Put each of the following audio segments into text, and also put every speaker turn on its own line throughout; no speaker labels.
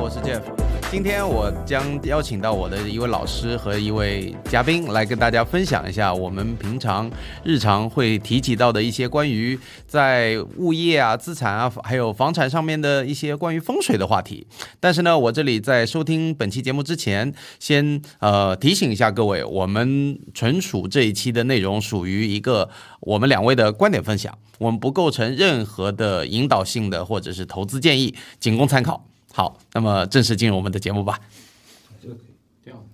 我是 Jeff。今天我将邀请到我的一位老师和一位嘉宾来跟大家分享一下我们平常日常会提及到的一些关于在物业啊、资产啊，还有房产上面的一些关于风水的话题。但是呢，我这里在收听本期节目之前，先呃提醒一下各位，我们纯属这一期的内容属于一个我们两位的观点分享，我们不构成任何的引导性的或者是投资建议，仅供参考。好，那么正式进入我们的节目吧。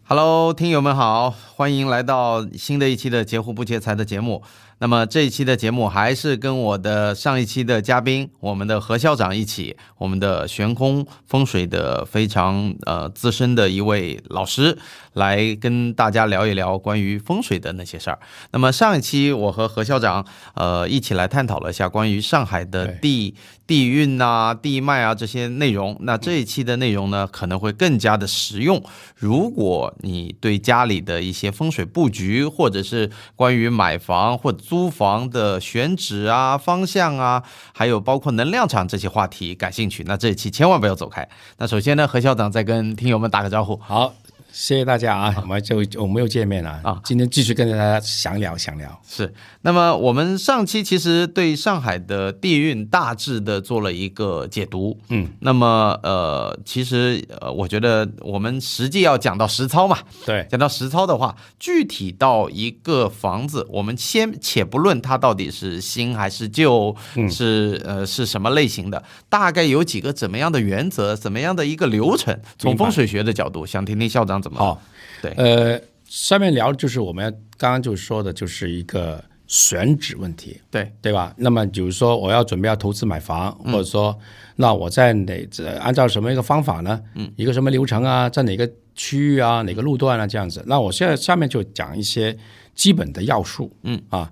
Hello，听友们好，欢迎来到新的一期的“截胡不截财”的节目。那么这一期的节目还是跟我的上一期的嘉宾，我们的何校长一起，我们的悬空风水的非常呃资深的一位老师，来跟大家聊一聊关于风水的那些事儿。那么上一期我和何校长呃一起来探讨了一下关于上海的地地运呐、地脉啊这些内容。那这一期的内容呢，可能会更加的实用。如果你对家里的一些风水布局，或者是关于买房或租房的选址啊、方向啊，还有包括能量场这些话题感兴趣，那这一期千万不要走开。那首先呢，何校长再跟听友们打个招呼。
好，谢谢大家啊，我们就我们又见面了
啊
今天继续跟大家详聊详聊。
是，那么我们上期其实对上海的地运大致的做了一个解读，嗯，那么呃，其实呃，我觉得我们实际要讲到实操嘛，
对，
讲到实操的话，具体到一个房子，我们先且不论它到底是新还是旧，
嗯
是呃是什么类型的，大概有几个怎么样的原则，怎么样的一个流程，从风水学的角度，想听听校长怎么
好，
对
呃，上面聊的就是我们刚刚就说的，就是一个选址问题，
对
对吧？那么比如说我要准备要投资买房，或者说那我在哪呃按照什么一个方法呢？嗯，一个什么流程啊，在哪个区域啊，哪个路段啊这样子。那我现在下面就讲一些基本的要素，嗯啊，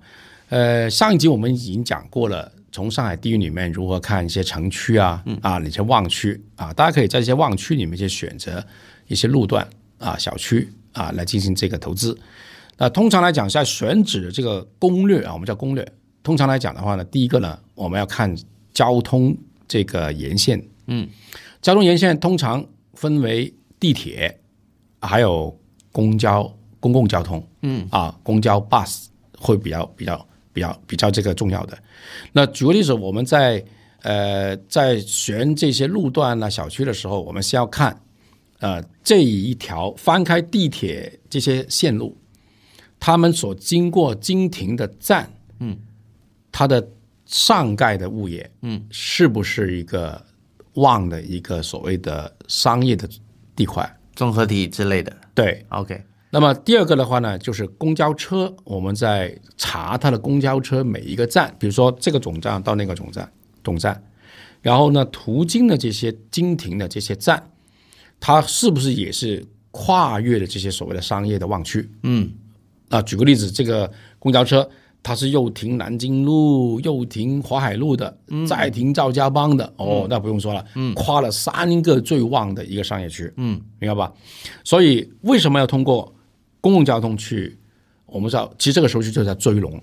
呃，上一集我们已经讲过了。从上海地域里面如何看一些城区啊，啊，哪些旺区啊，大家可以在一些旺区里面去选择一些路段啊、小区啊来进行这个投资。那通常来讲，在选址的这个攻略啊，我们叫攻略。通常来讲的话呢，第一个呢，我们要看交通这个沿线。嗯，交通沿线通常分为地铁，还有公交、公共交通。嗯，啊，公交 bus 会比较比较比较比较这个重要的。那举个例子，我们在呃在选这些路段呢、小区的时候，我们先要看呃这一条翻开地铁这些线路，他们所经过经停的站，嗯，它的上盖的物业，嗯，是不是一个旺的一个所谓的商业的地块？
综合体之类的。
对，
OK，
那么第二个的话呢，就是公交车，我们在查它的公交车每一个站，比如说这个总站到那个总站，总站，然后呢，途经的这些经停的这些站，它是不是也是跨越了这些所谓的商业的旺区？嗯，啊，举个例子，这个公交车它是又停南京路，又停淮海路的，再停赵家浜的，哦，那不用说了，嗯，跨了三个最旺的一个商业区，嗯，明白吧？所以为什么要通过公共交通去？我们知道，其实这个时候就叫做追龙，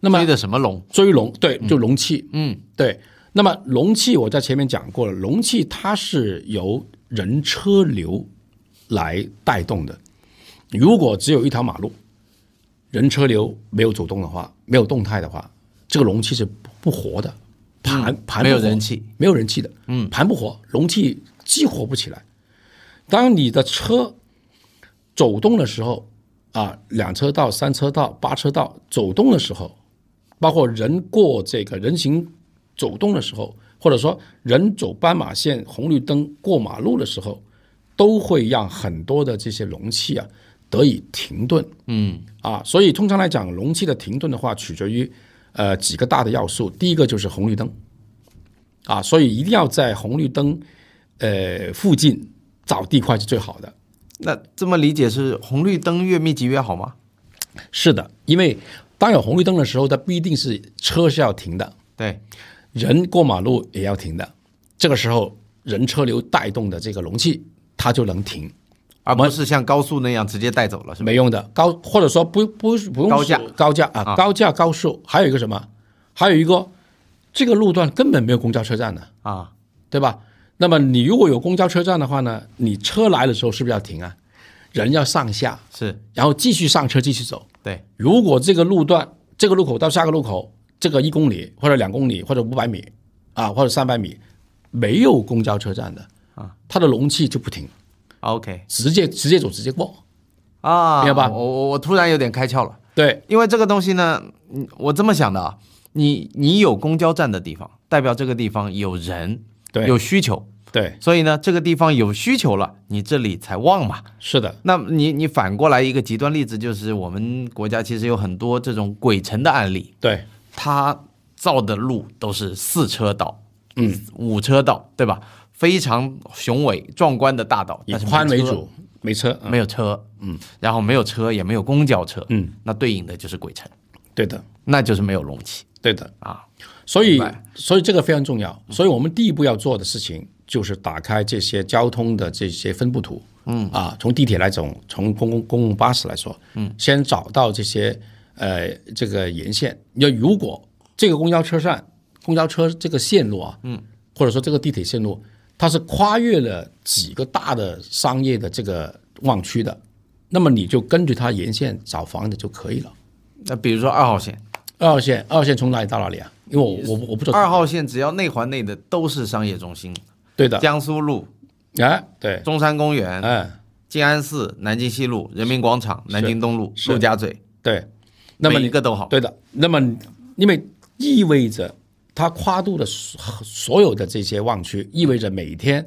那么
追的什么龙？
追龙，对，就容器，嗯，对。那么容器，我在前面讲过了，容器它是由人车流来带动的。如果只有一条马路，人车流没有走动的话，没有动态的话，这个容器是不不活的，盘
嗯
盘不活
没有人气，
没有人气的，嗯，盘不活，容器激活不起来。当你的车走动的时候，啊，两车道、三车道、八车道走动的时候，包括人过这个人行走动的时候，或者说人走斑马线、红绿灯过马路的时候，都会让很多的这些容器啊得以停顿。嗯，啊，所以通常来讲，容器的停顿的话，取决于呃几个大的要素。第一个就是红绿灯，啊，所以一定要在红绿灯呃附近找地块是最好的。
那这么理解是红绿灯越密集越好吗？
是的，因为当有红绿灯的时候，它不一定是车是要停的，
对，
人过马路也要停的。这个时候，人车流带动的这个容器，它就能停，
而不是像高速那样直接带走了，是吧？
没用的。高或者说不不不用
高架
是高架啊，高架高速。还有一个什么？还有一个，这个路段根本没有公交车站的，
啊，
对吧？那么你如果有公交车站的话呢，你车来的时候是不是要停啊？人要上下，
是
然后继续上车继续走。
对，
如果这个路段这个路口到下个路口这个一公里或者两公里或者五百米啊或者三百米没有公交车站的啊，它的容器就不停，
啊 OK
直接直接走直接过。
啊，
明白吧
我我我突然有点开窍了，
对，
因为这个东西呢，嗯我这么想的啊，你你有公交站的地方，代表这个地方有人，
对
有需求，
对，
所以呢，这个地方有需求了，你这里才旺嘛。
是的，
那么你你反过来一个极端例子，就是我们国家其实有很多这种鬼城的案例，
对，
它造的路都是四车道，嗯，五车道，对吧？非常雄伟壮观的大道，
以
但是没
宽为
车，
主，没车。嗯
没有车，嗯，然后没有车，也没有公交车，
嗯，
那对应的就是鬼城，
对的，
那就是没有容器
对的。
啊，
所以
明白，
所以这个非常重要。所以我们第一步要做的事情就是打开这些交通的这些分布图。嗯啊，从地铁来走，从公共公共巴士来说，嗯，先找到这些呃这个沿线。要如果这个公交车站、公交车这个线路啊，嗯，或者说这个地铁线路，它是跨越了几个大的商业的这个旺区的，那么你就根据它沿线找房子就可以了。
那比如说二号线，
二号线，二号线从哪里到哪里啊？因为我我不我不知道
二号线只要内环内的都是商业中心，
对的，
江苏路、
哎，对，
中山公园、
哎，
静安寺、南京西路、人民广场、南京东路、
是
陆家嘴，
对，那么
每一
你
个都好，
对的，那么因为意味着它跨度的所所有的这些旺区，意味着每天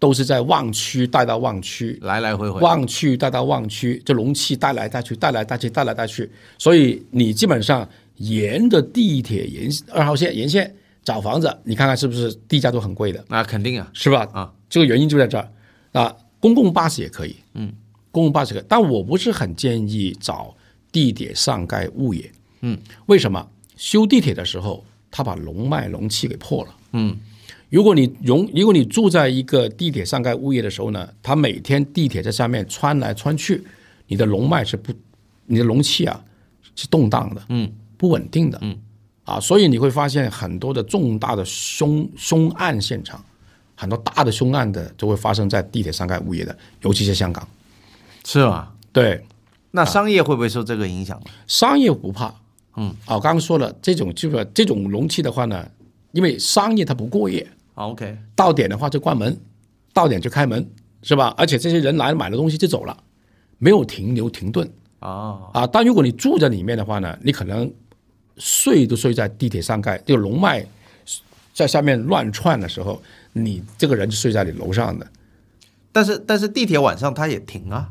都是在旺区带到旺区，
来来回回，
旺区带到旺区，这容器带来带去，带来带去，带来带去，所以你基本上沿着地铁沿二号线沿线找房子，你看看是不是地价都很贵的。
那肯定啊，
是吧？
啊，
这个原因就在这儿啊。公共巴士也可以，嗯，公共巴士可以，但我不是很建议找地铁上盖物业，嗯，为什么？修地铁的时候，他把龙脉龙气给破了，嗯。如果你容，如果你住在一个地铁上盖物业的时候呢，它每天地铁在下面穿来穿去，你的龙脉是不，你的容器啊是动荡的，嗯，不稳定的，嗯，啊，所以你会发现很多的重大的凶凶案现场，很多大的凶案的就会发生在地铁上盖物业的，尤其是香港。
是吗？
对，啊
那商业会不会受这个影响呢？
商业不怕，嗯，啊，我刚刚说了，这种就是这种容器的话呢，因为商业它不过夜，
啊，OK，
到点的话就关门，到点就开门，是吧？而且这些人来了买了东西就走了，没有停留停顿
哦，
啊。但如果你住在里面的话呢，你可能睡都睡在地铁上盖，这个龙脉在下面乱窜的时候，你这个人就睡在你楼上的。
但是但是地铁晚上它也停啊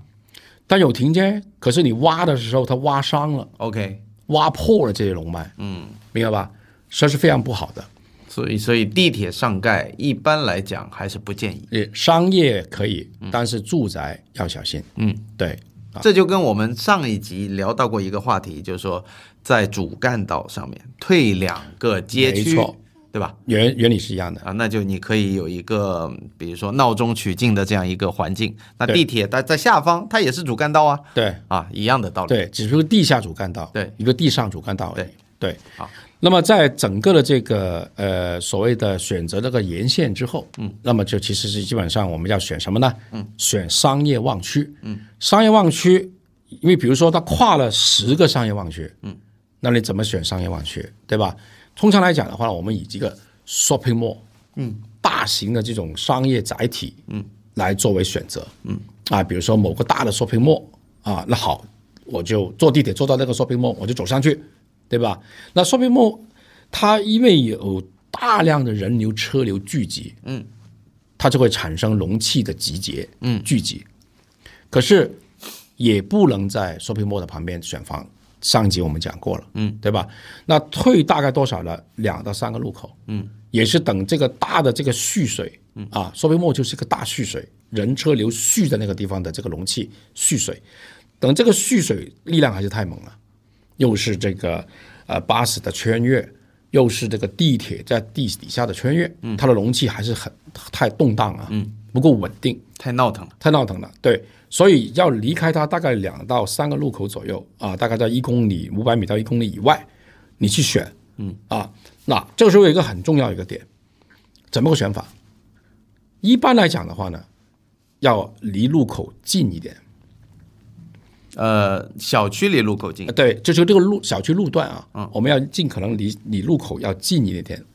但有停街，可是你挖的时候它挖伤了，
，OK，
挖破了这些龙脉，嗯，明白吧？这是非常不好的。
所以所以地铁上盖一般来讲还是不建议，
呃，商业可以，但是住宅要小心。嗯，对，
这就跟我们上一集聊到过一个话题，就是说在主干道上面退两个街
没
区
错，
对吧？
原原理是一样的。
啊，那就你可以有一个，比如说闹中取静的这样一个环境。那
对
地铁它在下方，它也是主干道啊，
对
啊，一样的道理。
对，只是个地下主干道，
对，
一个地上主干道而已。
对
对，
好。
那么在整个的这个呃所谓的选择这个沿线之后，嗯，那么就其实是基本上我们要选什么呢？嗯，选商业旺区。嗯，商业旺区，因为比如说它跨了十个商业旺区，嗯，那你怎么选商业旺区，对吧？通常来讲的话，我们以这个 shopping mall，嗯，大型的这种商业载体，嗯，来作为选择，嗯，啊，比如说某个大的 shopping mall 啊，那好，我就坐地铁坐到那个 shopping mall，我就走上去，对吧？那 shopping mall 它因为有大量的人流车流聚集，嗯，它就会产生容器的集结，嗯，聚集。可是也不能在 shopping mall 的旁边选房。上一集我们讲过了，嗯，对吧？那退大概多少呢？两到三个路口，嗯，也是等这个大的这个蓄水，嗯啊，shopping mall 就是一个大蓄水，人车流蓄在那个地方的这个容器蓄水，等这个蓄水力量还是太猛了，又是这个呃巴士的穿越，又是这个地铁在地底下的穿越，它的容器还是很太动荡啊，嗯，不够稳定。
太闹腾了。
太闹腾了，对，所以要离开它大概两到三个路口左右啊，大概在一公里五百米到一公里以外，你去选，嗯啊，那这个时候有一个很重要一个点，怎么个选法？一般来讲的话呢，要离路口近一点。
呃，小区离路口近
呃，对，就是这个路小区路段啊，
嗯
我们要尽可能离离路口要近一点点。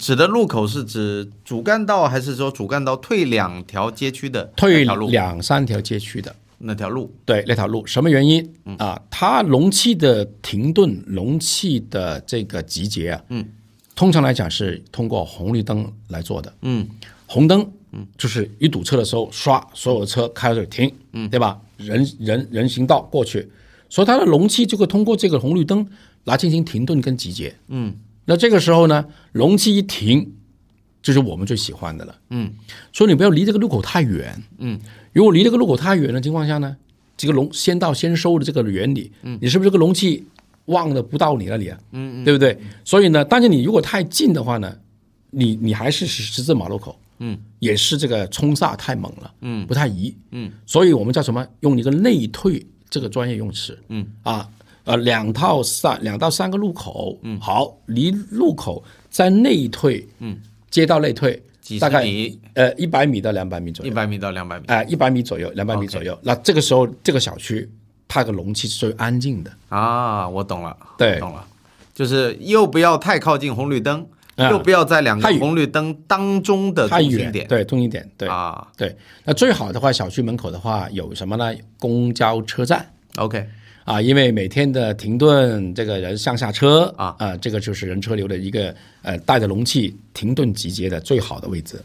指的路口是指主干道，还是说主干道退两条街区的
退
那条路？
两三条街区的，
那条路
对那条路，什么原因、啊？它容器的停顿，容器的这个集结啊，嗯，通常来讲是通过红绿灯来做的，嗯，红灯，嗯，就是一堵车的时候，刷所有车开到这里停，嗯，对吧？人人人行道过去，所以它的容器就会通过这个红绿灯来进行停顿跟集结，嗯，那这个时候呢，容器一停，这是我们最喜欢的了，嗯，所以你不要离这个路口太远，嗯，如果离这个路口太远的情况下呢，这个容先到先收的这个原理，嗯，你是不是这个容器忘了不到你那里啊？嗯，对不对？所以呢，但是你如果太近的话呢，你你还是十十字马路口，嗯，也是这个冲煞太猛了，嗯，不太宜，嗯，所以我们叫什么？用一个内退这个专业用词，嗯啊。呃，两到三两到三个路口，嗯，好，离路口在内退，嗯，街道内退
几，
大
十
概
米，
呃一百米到两百米左右
一，百米到两百米
啊，一百米左右，两百米左右。那这个时候，这个小区它的容器是最安静的，
啊，我懂了，
对
懂了，就是又不要太靠近红绿灯，
啊
又不要在两个
太远
红绿灯当中的中
太
心
远，
呃点
对，中心点，对、
啊。
对。那最好的话，小区门口的话有什么呢？公交车站
OK，
啊，因为每天的停顿，这个人上下车
啊
啊，这个就是人车流的一个呃带着容器停顿集结的最好的位置。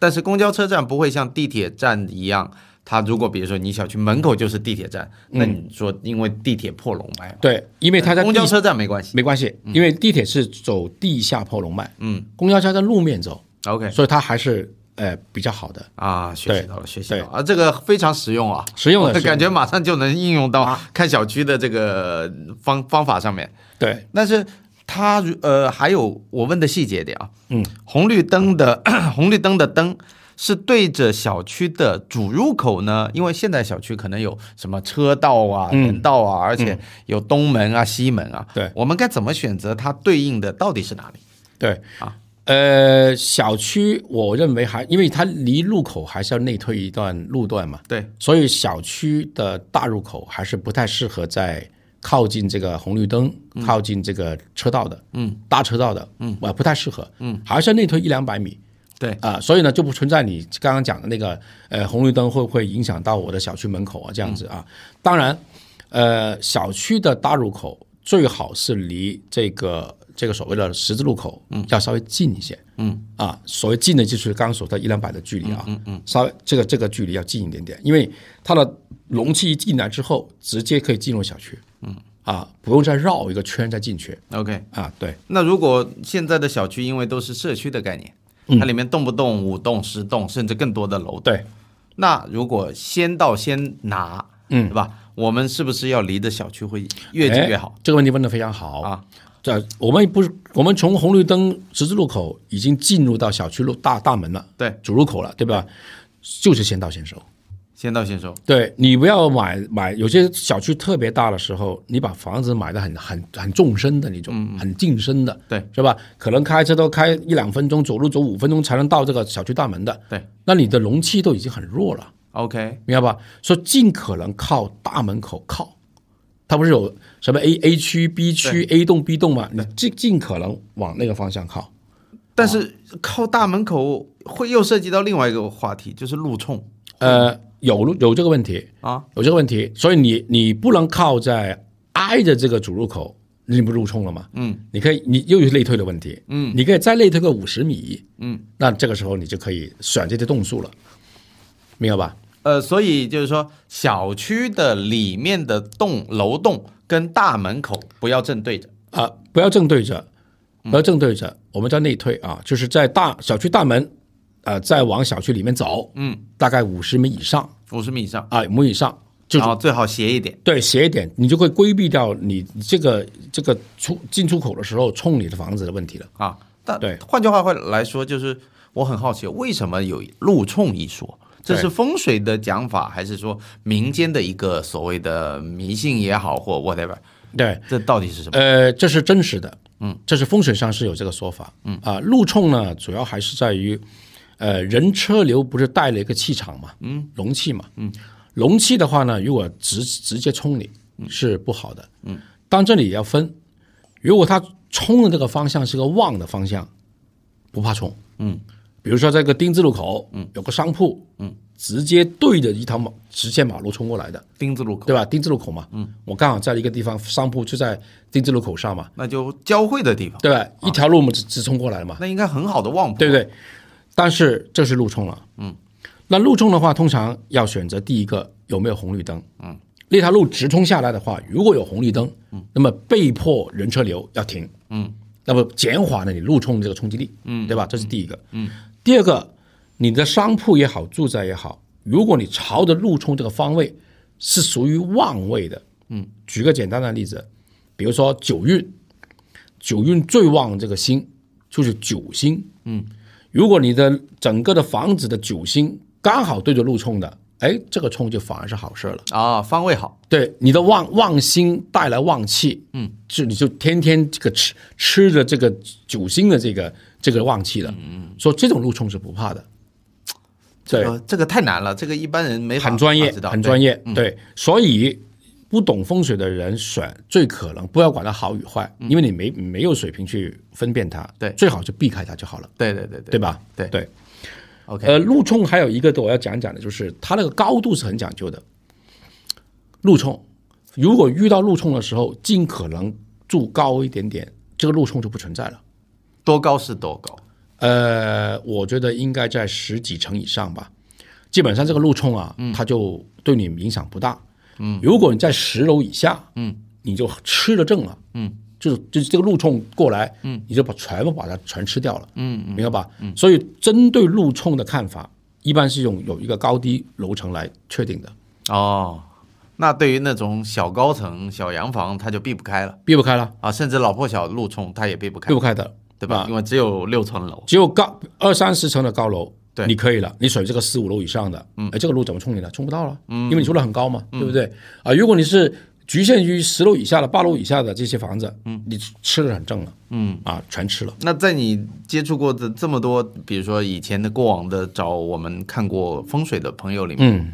但是公交车站不会像地铁站一样，它如果比如说你小区门口就是地铁站，那你说因为地铁破龙脉嘛，
对，因为嗯它在
公
地
交车站没关系。
没关系，因为地铁是走地下破龙脉，
嗯
公交车在路面走，
，OK，
所以它还是呃比较好的。
啊，学习
对
到了，学习到了啊，这个非常实用啊，
实用的啊
我
实用
感觉马上就能应用到看小区的这个方方法上面。
对，
但是它如呃还有我问的细节点啊，
嗯，
红绿灯的 红绿灯的灯是对着小区的主入口呢？因为现在小区可能有什么车道啊、人道啊，而且有东门啊、西门啊，
嗯对
我们该怎么选择它对应的到底是哪里？
对啊，呃，小区我认为还因为它离路口还是要内推一段路段嘛，
对，
所以小区的大入口还是不太适合在靠近这个红绿灯、靠近这个车道的，嗯，大车道的，嗯，啊，不太适合，嗯，还是要内推一两百米。
对
啊、所以呢就不存在你刚刚讲的那个呃红绿灯会不会影响到我的小区门口啊这样子啊。当然，呃，小区的大入口最好是离这个这个所谓的十字路口，嗯，要稍微近一些，嗯啊，所谓近的就是刚刚所说的一两百的距离啊，嗯嗯，稍微这个这个距离要近一点点，因为它的容器一进来之后，直接可以进入小区，嗯啊，不用再绕一个圈再进去
OK，
啊，对。
那如果现在的小区因为都是社区的概念，
嗯
它里面动不动五栋、十栋，甚至更多的楼，
对，
那如果先到先拿，嗯，对吧？我们是不是要离的小区会越近越好
哎？这个问题问得非常好
啊！
这我们不是我们从红绿灯十字路口已经进入到小区路大大门了，
对，
主入口了，对吧？就是先到先收。
先到先收。
对你不要买买，有些小区特别大的时候，你把房子买的很很很纵深的那种，很近身的，
嗯对，
是吧？可能开车都开一两分钟，走路走五分钟才能到这个小区大门的，
对，
那你的容器都已经很弱了。
OK，
明白吧？说尽可能靠大门口靠，它不是有什么 A A 区、B 区、A 栋、B 栋嘛？你尽尽可能往那个方向靠。
但是靠大门口会又涉及到另外一个话题，就是路冲
呃，有路有这个问题，
啊。
有这个问题，所以你你不能靠在挨着这个主入口，你不入冲了吗？嗯，你可以你又有内推的问题，嗯，你可以再内推个五十米，嗯，那这个时候你就可以选这些动数了，明白吧？
呃，所以就是说，小区的里面的栋楼栋跟大门口不要正对着。
啊，不要正对着，不要正对着，我们叫内退啊，就是在大小区大门，呃，再往小区里面走，嗯，大概五十米以上
五十米以上，
啊，五米以上，就是
然后最好斜一点。
对斜一点，你就会规避掉你这个这个出进出口的时候冲你的房子的问题了。
啊。但
对
换句话会来说，就是我很好奇，为什么有路冲一说？这是风水的讲法，还是说民间的一个所谓的迷信也好，或 whatever？
对，
这到底是什么？
呃，这是真实的，嗯，这是风水上是有这个说法，嗯啊，路冲呢，主要还是在于，呃，人车流不是带了一个气场嘛，嗯，容器嘛，嗯，容器的话呢，如果直直接冲你是不好的，嗯，但这里也要分，如果它冲的那个方向是个旺的方向，不怕冲，
嗯，
比如说这个丁字路口，嗯，有个商铺，嗯，直接对着一条马直线马路冲过来的，
丁字路口，
对吧？丁字路口嘛，嗯，我刚好在一个地方，商铺就在丁字路口上嘛，
那就交汇的地方，
对吧？一条路我们直直冲过来嘛，
那应该很好的旺铺，
对不对？但是这是路冲了，嗯，那路冲的话，通常要选择第一个有没有红绿灯，嗯，那条路直冲下来的话，如果有红绿灯，嗯，那么被迫人车流要停，
嗯，
那么减缓了你路冲的这个冲击力，嗯，对吧？这是第一个，嗯，第二个，你的商铺也好，住宅也好，如果你朝着路冲这个方位是属于旺位的，嗯，举个简单的例子，比如说九运，九运最旺这个星就是九星，如果你的整个的房子的九星刚好对着路冲的，哎，这个冲就反而是好事了。
啊，方位好，
对，你的旺旺星带来旺气，嗯，就你就天天这个吃吃着这个九星的这个这个旺气了，嗯，所以这种路冲是不怕的。对，
呃，这个太难了，这个一般人没法
很专业
法知，道
很专业。对，所以不懂风水的人选最可能不要管它好与坏，因为你没没有水平去分辨它，
对
最好就避开它就好了，
对，对对对
对吧？
对
对。
，OK，
呃，路冲还有一个我要讲讲的，就是它那个高度是很讲究的。路冲，如果遇到路冲的时候，尽可能住高一点点，这个路冲就不存在了。
多高是多高，
呃，我觉得应该在十几层以上吧。基本上这个路冲啊，它就对你影响不大。嗯，如果你在十楼以下，嗯，你就吃了正了。嗯，就是就是这个路冲过来，嗯，你就把全部把它全吃掉了。嗯，明白吧？嗯，所以针对路冲的看法，一般是用有一个高低楼层来确定的，
哦，那对于那种小高层、小洋房，它就避不开了
避不开了，
啊，甚至老破小路冲它也避不开
避，不开的。
对吧？因为只有六层楼，
只有高二三十层的高楼，
对
你可以了。你属于这个四五楼以上的，嗯，哎，这个路怎么冲你呢？冲不到了，嗯，因为你住的很高嘛，对不对？啊，如果你是局限于十楼以下的、八楼以下的这些房子，嗯，你吃的很正了，嗯，啊，全吃了。
那在你接触过的这么多，比如说以前的过往的找我们看过风水的朋友里面，
嗯，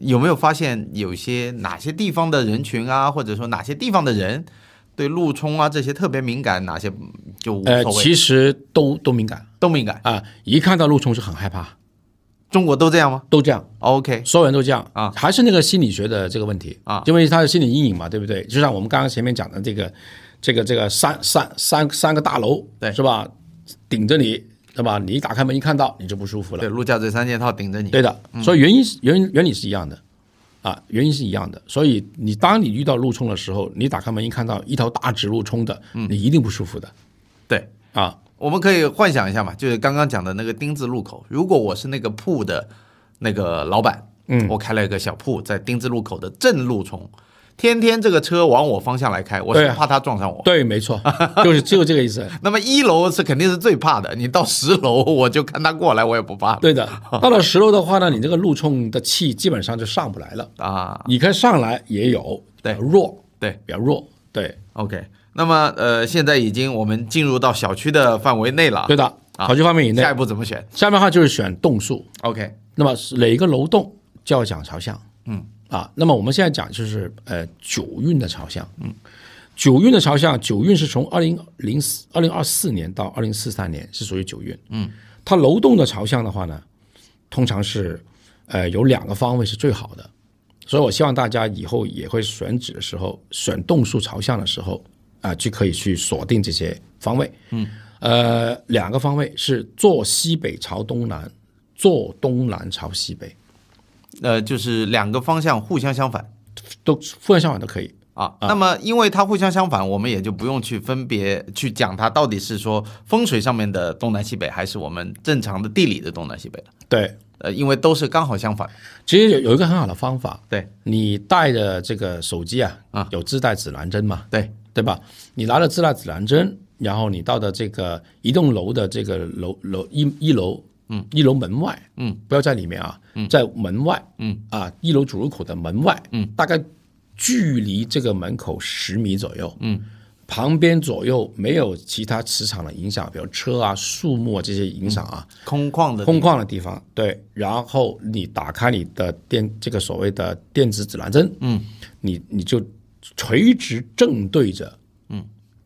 有没有发现有些哪些地方的人群啊，或者说哪些地方的人对路冲啊这些特别敏感，哪些就无
呃，
所谓、
其实都都敏感
都敏感？
啊，一看到路冲就很害怕，
中国都这样吗哦
都这样。
？OK，
所有人都这样
啊，
还是那个心理学的这个问题
啊，
因为他的心理阴影嘛，对不对？就像我们刚刚前面讲的这个，这个这个三三三三个大楼，
对
是吧？顶着你，对吧？你一打开门一看到你就不舒服了，
对，陆家嘴三件套顶着你，
对的。
嗯
所以原因是原因原理是一样的啊，原因是一样的。所以你当你遇到路冲的时候，你打开门一看到一条大直路冲的，
嗯
你一定不舒服的
对，
啊。
我们可以幻想一下嘛，就是刚刚讲的那个丁字路口，如果我是那个铺的那个老板，嗯，我开了一个小铺在丁字路口的正路冲，天天这个车往我方向来开，我
对
是
啊
怕它撞上我。
对，没 错，就是就是这个意思。
那么一楼是肯定是最怕的，你到十楼我就看他过来，我也不怕
对的，到了十楼的话呢，你这个路冲的气基本上就上不来了。
啊。
你看上来也有，
对
比较弱，
对
比较弱，对，
，OK，那么呃，现在已经我们进入到小区的范围内了，
对的，考据方面以内
啊下。一步怎么选
下面的话就是选栋数，
？OK，
那么是哪个楼栋就要讲朝向，嗯啊，那么我们现在讲就是呃九运的朝向，嗯，九运的朝向，九运是从二零零四二零二四年到二零四三年是属于九运，嗯，它楼栋的朝向的话呢，通常是呃有两个方位是最好的，所以我希望大家以后也会选址的时候，选动数朝向的时候啊、就可以去锁定这些方位。嗯，呃，两个方位是坐西北朝东南，坐东南朝西北，
呃，就是两个方向互相相反。
都互相相反都可以。
啊，那么因为它互相相反，我们也就不用去分别去讲它到底是说风水上面的东南西北，还是我们正常的地理的东南西北了。
对，
呃，因为都是刚好相反。
其实有有一个很好的方法，
对
你带着这个手机啊，
啊，
有自带指南针嘛，
对，
对吧？你拿了自带指南针，然后你到的这个一栋楼的这个楼楼一一楼，嗯，一楼门外，嗯，不要在里面啊，在门外，嗯啊，一楼主入口的门外，嗯，大概距离这个门口十米左右，嗯，旁边左右没有其他磁场的影响，比如车啊、树木啊这些影响啊，
空旷的地
空旷的地方，对。然后你打开你的电这个所谓的电子指南针，嗯，你你就垂直正对着，嗯，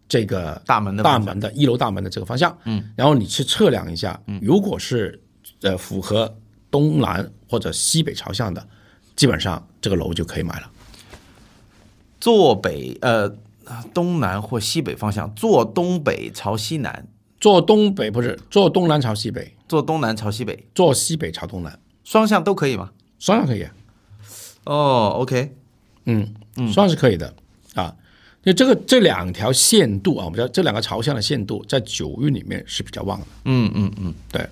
这个
大门的
大
方
门的一楼大门的这个方向，嗯，然后你去测量一下，
嗯
如果是呃符合东南或者西北朝向的，基本上这个楼就可以买了。
坐北呃东南或西北方向，坐东北朝西南，
坐东北不是坐东南朝西北，
坐东南朝西北，
坐西北朝东南，
双向都可以吗？
双向可以，啊
哦，OK，
嗯，双向是可以的啊。就这个这两条线度啊，我们叫这两个朝向的线度，在九运里面是比较旺的。
嗯嗯嗯，
对，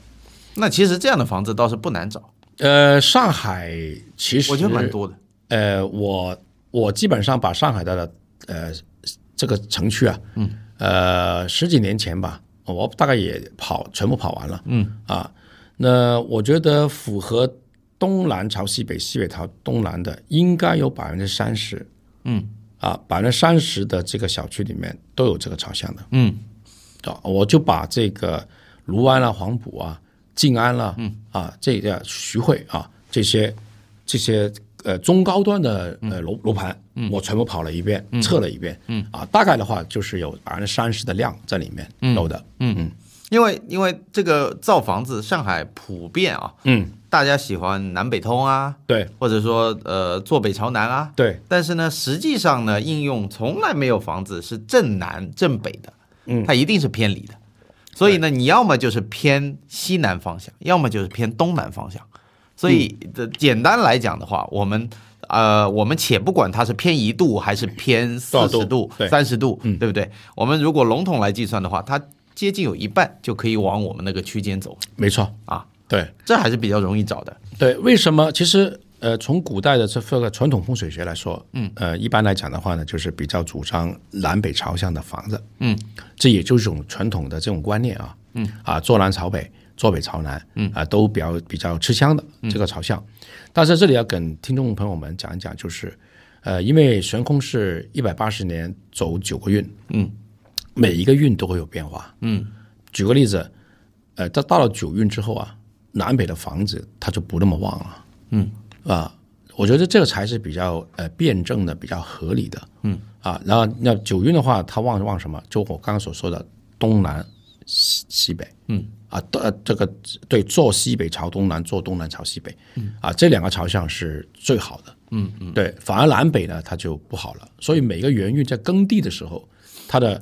那其实这样的房子倒是不难找，
呃，上海其实
我觉得蛮多的。
呃，我我基本上把上海的呃这个城区啊，嗯，呃十几年前吧，我大概也跑全部跑完了，嗯啊，那我觉得符合东南朝西北，西北朝东南的，应该有百分之三十，
嗯
啊，百分之三十的这个小区里面都有这个朝向的。
嗯
啊，我就把这个卢湾啊、黄埔啊、静安啦、啊，这个徐汇啊这些这些呃中高端的呃楼楼盘，我全部跑了一遍，测了一遍，嗯啊，大概的话就是有百分之三十的量在里面楼的，
嗯，因为因为这个造房子，上海普遍啊，
嗯，
大家喜欢南北通啊，
对
或者说呃坐北朝南啊，
对，
但是呢，实际上呢，应用从来没有房子是正南正北的，
嗯
它一定是偏离的。所以呢，你要么就是偏西南方向，要么就是偏东南方向。所以，
嗯
这简单来讲的话，我们呃，我们且不管它是偏一度还是偏四
多少
十
度
度、
对嗯
三十度，对不对？我们如果笼统来计算的话，它接近有一半就可以往我们那个区间走
没错，
啊，
对
这还是比较容易找的。
对，为什么？其实呃，从古代的这这个传统风水学来说，嗯呃，一般来讲的话呢，就是比较主张南北朝向的房子，
嗯，
这也就是一种传统的这种观念啊，嗯啊，坐南朝北，坐北朝南，嗯啊，都比较比较吃香的这个朝向。但是这里要跟听众朋友们讲一讲，就是呃，因为悬空是一百八十年走九个运，
嗯，
每一个运都会有变化，
嗯，
举个例子，呃，到到了九运之后啊，南北的房子它就不那么旺了，嗯啊。我觉得这个才是比较呃辩证的、比较合理的。嗯啊，然后那九运的话，它旺旺什么？就我刚刚所说的东南西西北。嗯啊，对呃这个对坐西北朝东南，坐东南朝西北。嗯啊，这两个朝向是最好的。嗯嗯，对，反而南北呢它就不好了。所以每个元运在耕地的时候，它的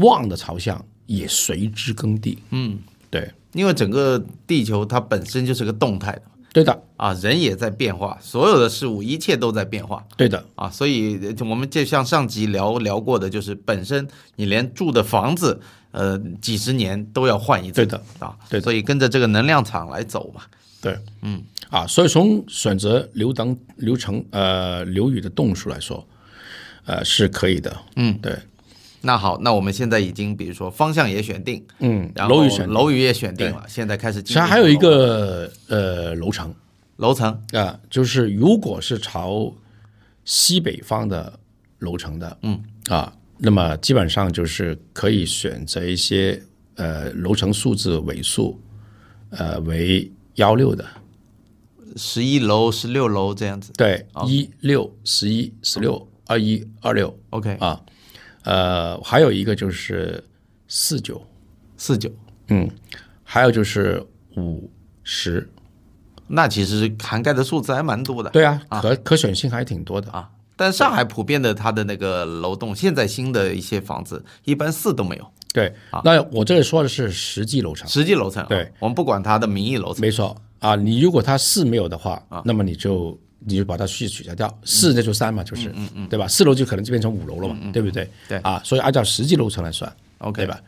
旺的朝向也随之耕地。嗯，对
因为整个地球它本身就是个动态的嘛
对的
啊，人也在变化，所有的事物一切都在变化
对的，
啊，所以呃我们就像上集聊聊过的，就是本身你连住的房子，呃，几十年都要换一次，
对的
啊，
对的
所以跟着这个能量场来走嘛，
对，嗯，啊，所以从选择流等流程呃流语的动数来说，呃是可以的，嗯，对，
那好，那我们现在已经比如说方向也选定，
嗯，
然后
楼语选，
楼宇也选定了，现在开始
其
进
实
入
还有一个呃楼层啊、
楼层，
就是如果是朝西北方的楼层的，嗯啊，那么基本上就是可以选择一些呃楼层数字尾数呃为幺六的，
十一楼、十六楼这样子
对，一六十一十六二一二六。
，OK，
啊，呃，还有一个就是四九，
四九，
嗯，还有就是五十，
那其实涵盖的数字还蛮多的。
对啊，可可选性还挺多的。
啊。但上海普遍的它的那个楼栋，现在新的一些房子，一般四都没有，
对，那我这里说的是实际楼层，
实际楼层、啊。
对，
我们不管它的名义楼层。啊
没错啊。你如果它四没有的话，那么你就你就把它去取消掉，四那就三嘛，
嗯
就是，对吧？四楼就可能就变成五楼了嘛，对不对？
对
啊，所以按照实际楼层来算
OK
对吧？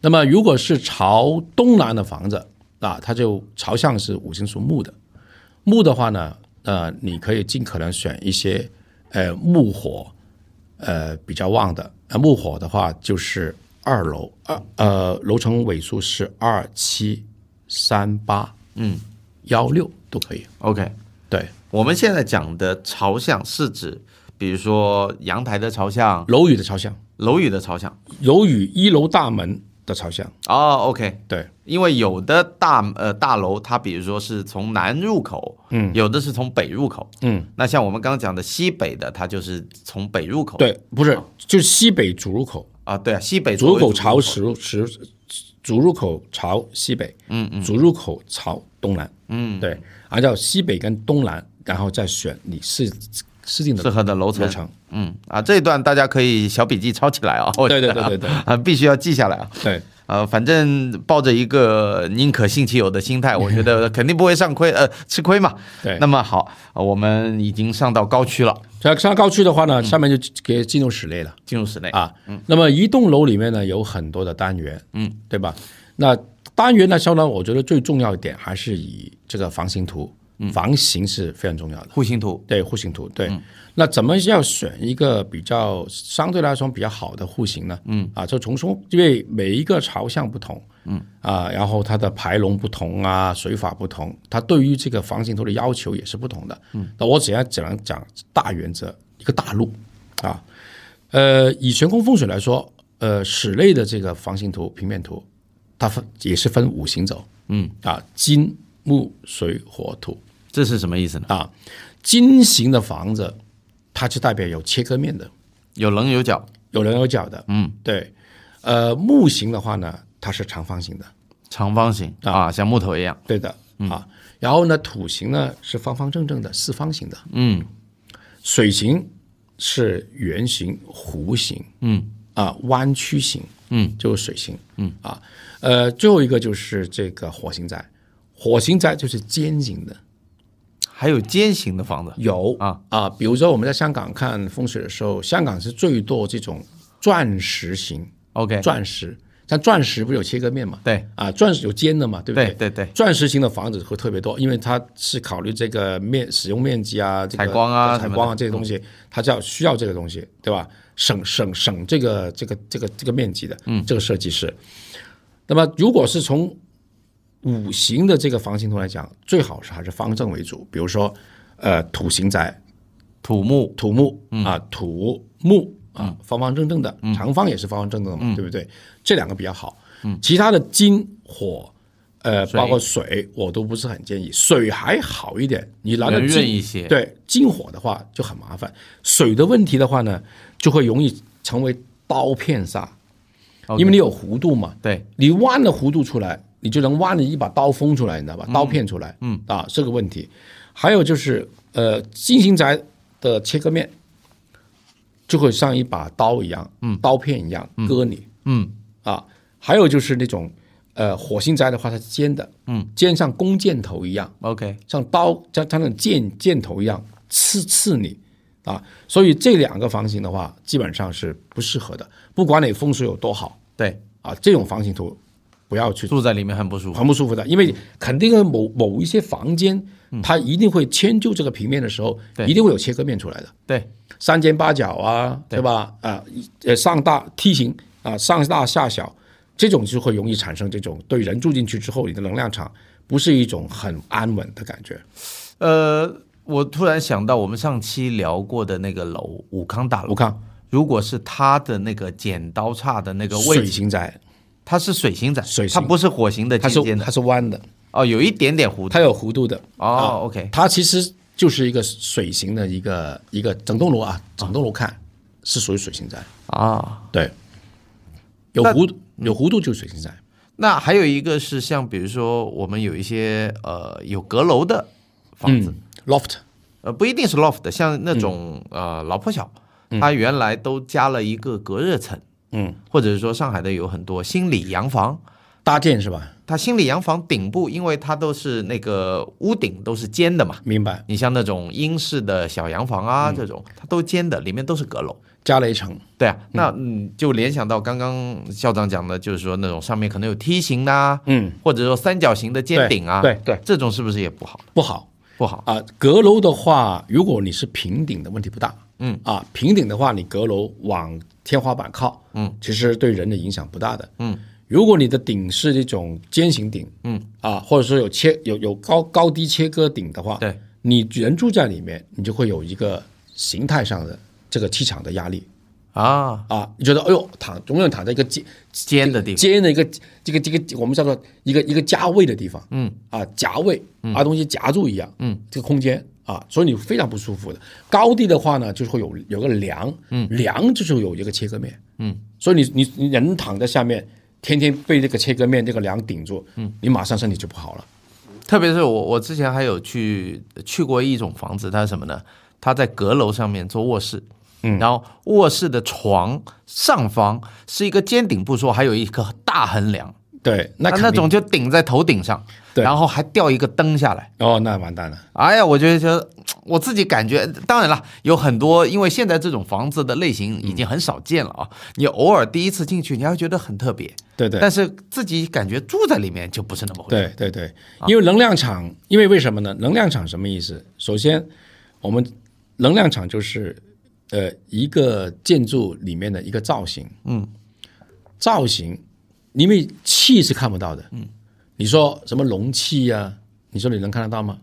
那么如果是朝东南的房子啊，它就朝向是五行属木的，木的话呢，呃，你可以尽可能选一些呃木火呃比较旺的，呃木火的话就是二楼二呃楼层尾数是二七三八
嗯
幺六都可以，
，OK，
对，
我们现在讲的朝向是指，比如说阳台的朝向、
楼宇的朝向，
楼宇的朝向。
楼宇一楼大门的朝向。
哦，OK，
对，
因为有的大呃大楼，它比如说是从南入口，嗯，有的是从北入口，
嗯，
那像我们刚刚讲的西北的，它就是从北入口，
对，不是，就是西北主入口，
啊，对啊，西北
主
作
入
为
口朝石石，主入口朝西北，哦嗯嗯，主入口朝东南，嗯，对，按照西北跟东南，然后再选你适适定的
适合的楼层
楼，层，
嗯啊，这一段大家可以小笔记抄起来啊，我觉
对对
得啊
对对对
啊，必须要记下来啊。
对，
呃，反正抱着一个宁可信其有的心 态，我觉得肯定不会上亏，呃，吃亏嘛。
对
那么好，呃我们已经上到高区了，
所以上高区的话呢，下面就给进入室内了。
进入室内。
啊。那么一栋楼里面呢有很多的单元，嗯，对吧？那单元来说呢，我觉得最重要一点还是以这个房型图，房型是非常重要的。
户型图，
对户型图，对，那怎么要选一个比较相对来说比较好的户型呢？嗯，啊，就从中，因为每一个朝向不同，嗯，啊，然后它的排龙不同啊，水法不同，它对于这个房型图的要求也是不同的。嗯，那我只要只能讲大原则，一个大路啊，呃，以悬空风水来说，呃，室内的这个房型图、平面图，它分也是分五行走，嗯，啊，金木水火土，
这是什么意思呢？
啊，金型的房子，它就代表有切割面的，
有棱有角，
有棱有角的。嗯，对。呃，木型的话呢，它是长方形的，
长方形啊，像木头一样。
对的、啊。然后呢，土型呢是方方正正的四方形的。嗯，水型是圆形、弧形。嗯，啊，弯曲形。嗯，就是水型。嗯啊，呃，最后一个就是这个火星宅，火星宅就是尖形的。
还有尖形的房子，
有
啊
啊，比如说我们在香港看风水的时候，香港是最多这种钻石型
OK，
钻石，像钻石不是有切割面嘛？
对
啊，钻石有尖的嘛，对不
对对
对？
对，
钻石型的房子会特别多，因为它是考虑这个面使用面积啊，这个
采光啊什
采
么的
光啊这些东西，它叫需要这个东西，对吧？省省省这个这个这个这个面积的，嗯，这个设计师。那么如果是从五行的这个房型图来讲，最好是还是方正为主，比如说呃土型宅、
土木
土木
嗯
啊、土木啊，方方正正的，长方也是方方正正的嘛，
嗯
对不对？这两个比较好。其他的金火。呃，
水
包括水，我都不是很建议。水还好一点，你拿到
圆润
金
一些。
对金火的话就很麻烦。水的问题的话呢，就会容易成为刀片煞，
OK
因为你有弧度嘛。
对，
你弯了弧度出来，你就能弯了一把刀锋出来，你知道吧？刀片出来，嗯啊，这个问题。还有就是，呃，金星宅的切割面就会像一把刀一样，嗯，刀片一样割你，
嗯
啊。还有就是那种，呃，火星宅的话，它是尖的，嗯，尖像弓箭头一样，
，OK，
像刀像它那种箭箭头一样刺刺你啊。所以这两个房型的话，基本上是不适合的，不管你风水有多好。
对，
啊，这种房型图不要去，
住在里面很不舒服。
很不舒服的，因为肯定啊某某一些房间，
嗯
它一定会迁就这个平面的时候，一定会有切割面出来的，
对，
三尖八角啊，对吧？啊，呃，上大梯形啊，上大下小，这种就会容易产生这种对人住进去之后，你的能量场不是一种很安稳的感觉。
呃，我突然想到我们上期聊过的那个楼，武康大
我
楼，
看
如果是它的那个剪刀叉的那个位
水
置，
形宅，
它是水形仔，
水
它
形
不是火形的
它
尖
是
尖的，
它是弯的，
哦，有一点点弧度。
它啊有弧度的，
哦，OK，
它其实就是一个水形的一个一个整栋楼啊，整栋楼看是属于水形宅，
啊，
对，有弧度有弧度就是水形宅，
那还有一个是像比如说我们有一些呃有阁楼的房
嗯
子，
，loft
呃不一定是 loft，像那种、
嗯
呃老破小，它原来都加了一个隔热层，
嗯，
或者是说上海的有很多新里洋房，
搭建是吧？
它新里洋房顶部因为它都是那个屋顶都是尖的嘛。
明白，
你像那种英式的小洋房啊，
嗯
这种它都尖的，里面都是阁楼。
加了一层，
对啊，那嗯，就联想到刚刚校长讲的，就是说那种上面可能有梯形呐、
嗯，
或者说三角形的尖顶啊，
对对，
这种是不是也不好？
不好
不好，
啊。阁楼的话，如果你是平顶的问题不大，嗯啊，平顶的话，你阁楼往天花板靠，嗯，其实对人的影响不大的，嗯。如果你的顶是这种尖形顶，嗯啊，或者说有切有有高高低切割顶的话，
对，
你人住在里面，你就会有一个形态上的这个气场的压力
啊，
啊，你觉得哎呦躺永远躺在一个尖
尖的地方，
尖的一个这个这个我们叫做一个一个夹位的地方，
嗯
啊夹位，把东西夹住一样，
嗯，
这个空间啊，所以你非常不舒服的。高地的话呢，就是会有有个梁，嗯，梁就是有一个切割面，
嗯，
所以你你你人躺在下面，天天被这个切割面这个梁顶住，嗯，你马上身体就不好了。
特别是我我之前还有去呃去过一种房子，它是什么呢？它在阁楼上面做卧室，嗯，然后卧室的床上方是一个尖顶不说，还有一棵大横梁，
对，那
它
肯
那
定
种就顶在头顶上，
对
然后还吊一个灯下来。
哦，那完蛋了。
哎呀，我觉得觉得我自己感觉，当然了，有很多，因为现在这种房子的类型已经很少见了啊。你偶尔第一次进去，你还会觉得很特别，
对对
但是自己感觉住在里面就不是那么回事。
对对对，因为能量场，因为为什么呢？能量场什么意思？首先，我们能量场就是呃一个建筑里面的一个造型，嗯，造型，因为气是看不到的，嗯，你说什么容器呀、你说你能看得到吗？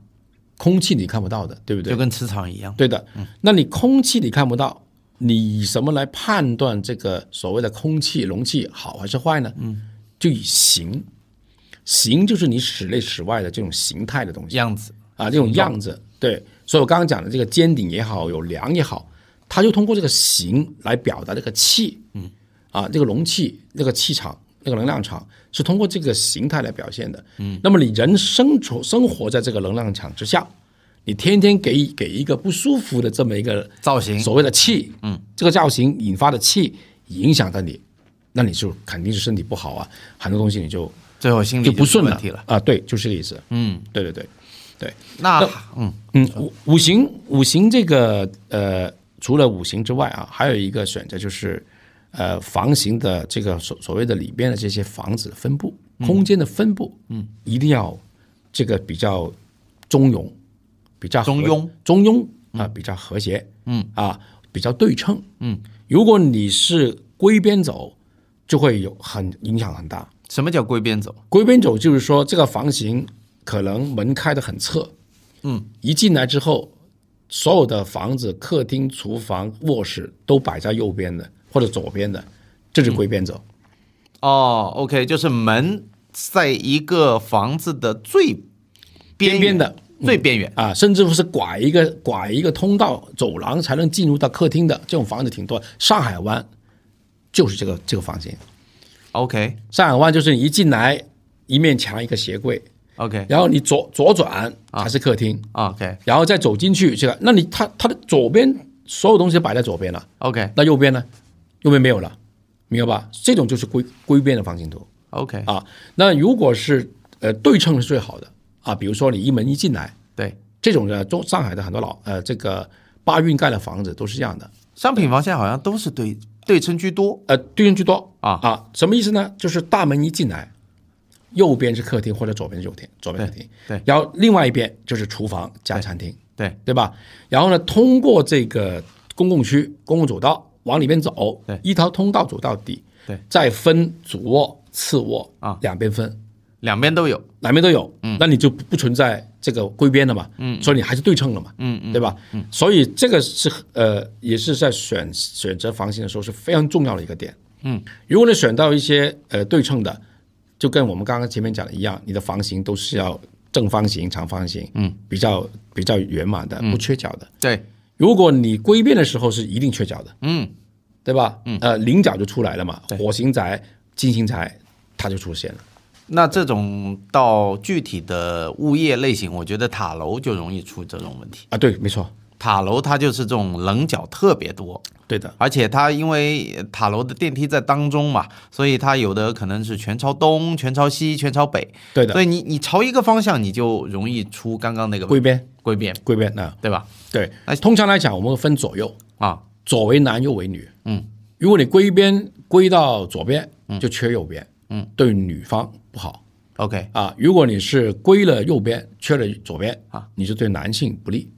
空气你看不到的，对不对
就？跟磁场一样。
对的，那你空气你看不到，你以什么来判断这个所谓的空气容器好还是坏呢？嗯，就以形，形就是你室内室外的这种形态的东西
样子
啊，这种样子。对，所以我刚刚讲的这个尖顶也好，有梁也好，它就通过这个形来表达这个气，嗯，啊，这个容器、那个气场、那个能量场是通过这个形态来表现的。嗯，那么你人生处生活在这个能量场之下，你天天给给一个不舒服的这么一个
造型，
所谓的气，嗯，这个造型引发的气影响到你，那你就肯定是身体不好啊，很多东西你就
最后心里
就不
出
顺
问
了
题了。
啊，对，就是这个意思，
嗯，
对对对，对，
那嗯，
嗯，五五行五行这个呃，除了五行之外啊，还有一个选择就是呃房型的这个所所谓的里边的这些房子分布空间的分布，嗯，一定要这个比较中庸，比较和
中庸
中庸啊，比较和谐，
嗯
啊，比较对称，
嗯，
如果你是归边走，就会有很影响很大。
什么叫归边走？
归边走就是说这个房型可能门开得很侧，
嗯，
一进来之后，所有的房子、客厅、厨房、卧室都摆在右边的或者左边的，这就归边走。
哦，OK，就是门在一个房子的最边
边边的
缘最边缘。
啊，甚至乎是拐一个拐一个通道走廊才能进入到客厅的这种房子挺多。上海湾就是这个这个房型，
OK
上海湾就是你一进来，一面墙一个鞋柜，
OK
然后你左左转才是客厅，
OK
然后再走进去这个，那你它它的左边所有东西摆在左边了，
OK
那右边呢？右边没有了，明白吧？这种就是归归边的房型图
OK，
啊。那如果是呃对称是最好的啊，比如说你一门一进来，
对，
这种的中上海的很多老呃这个八运盖的房子都是这样的，
商品房现在好像都是对对称居多。
呃对称居多
啊
啊，什么意思呢？就是大门一进来，右边是客厅或者左边是右厅，左边客厅，
对对
然后另外一边就是厨房加餐厅，
对
对吧？然后呢，通过这个公共区、公共走道往里边走，
对
一条通道走到底，
对，
再分主卧、次卧
啊，
两边分，
两边都有。
两边都有，嗯，那你就不不存在这个归边了嘛，嗯，所以你还是对称了嘛，嗯嗯，对吧？嗯，所以这个是呃，也是在选选择房型的时候是非常重要的一个点，嗯，如果你选到一些呃对称的，就跟我们刚刚前面讲的一样，你的房型都是要正方形、长方形，嗯，比较比较圆满的，不缺角的。
对，
如果你归边的时候是一定缺角的，
嗯，
对吧？嗯，呃，菱角就出来了嘛，火星宅、金星宅，它就出现了。
那这种到具体的物业类型，我觉得塔楼就容易出这种问题。
啊，对，没错，
塔楼它就是这种棱角特别多，
对的，
而且它因为呃塔楼的电梯在当中嘛，所以它有的可能是全朝东、全朝西、全朝北，
对的，
所以你你朝一个方向，你就容易出刚刚那个
归边，
归变，
归边啊，
对吧？
对。
那
通常来讲，我们会分左右，
啊，
左为男，右为女。
嗯，
如果你归边归到左边，就缺右边，嗯，对女方不好
OK，
啊。如果你是归了右边，缺了左边
啊，
你就对男性不利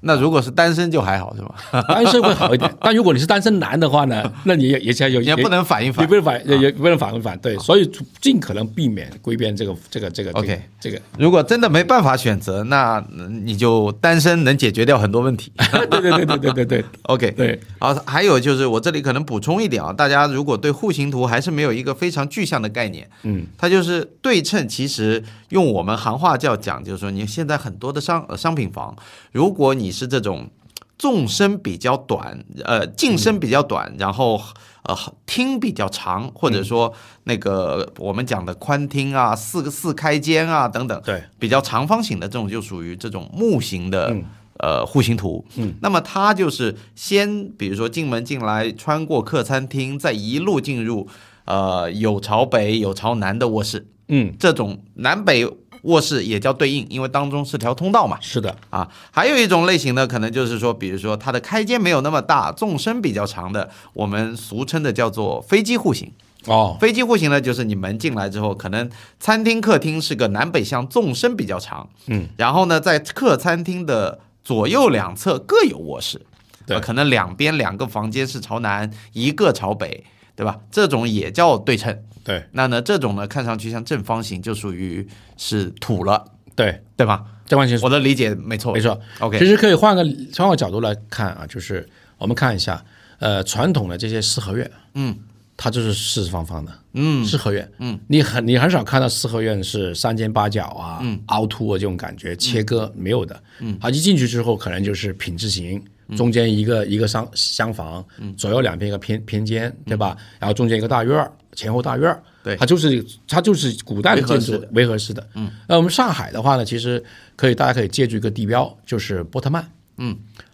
那如果是单身就还好是吧？
单身会好 一点，但如果你是单身男的话呢，那你也也也有
你也不能反一啊
也
反
不。能反，也也不能反问反对，所以尽可能避免规避这个这个这个这个
OK
这个，
如果真的没办法选择，那嗯你就单身能解决掉很多问题。
对对对对对对对
OK，
对，
啊，还有就是我这里可能补充一点啊，大家如果对户型图还是没有一个非常具象的概念，
嗯，
它就是对称。其实用我们行话叫讲，就是说你现在很多的商呃商品房，如果你是这种纵深比较短，呃，进深比较短，然后呃厅比较长，或者说那个我们讲的宽厅啊、四个四开间啊等等，
对，
比较长方形的这种就属于这种木型的、
嗯
呃户型图。嗯，那么它就是先比如说进门进来，穿过客餐厅，再一路进入呃有朝北有朝南的卧室，
嗯，
这种南北卧室也叫对应，因为当中是条通道嘛。
是的，
啊，还有一种类型呢，可能就是说，比如说它的开间没有那么大，纵深比较长的，我们俗称的叫做飞机户型。
哦，
飞机户型呢，就是你门进来之后，可能餐厅、客厅是个南北向纵深比较长，
嗯，
然后呢，在客餐厅的左右两侧各有卧室，
对
呃可能两边两个房间是朝南，一个朝北，对吧？这种也叫对称。
对
那呢，这种呢，看上去像正方形，就属于是土了，
对，
对吧？
张冠先
我的理解没错，
没错。
OK，
其实可以换个换个角度来看啊，就是我们看一下，呃，传统的这些四合院，
嗯，
它就是四四方方的，
嗯，
四合院，嗯，你很你很少看到四合院是三尖八角啊，凹凸啊这种感觉切割没有的，嗯，它一进去之后可能就是品质型。中间一个一个厢厢房，左右两边一个偏偏间，对吧？然后中间一个大院儿，前后大院儿，
对
它就是它就是古代的建筑维和式的。嗯，那我们上海的话呢，其实可以大家可以借助一个地标，就是波特曼。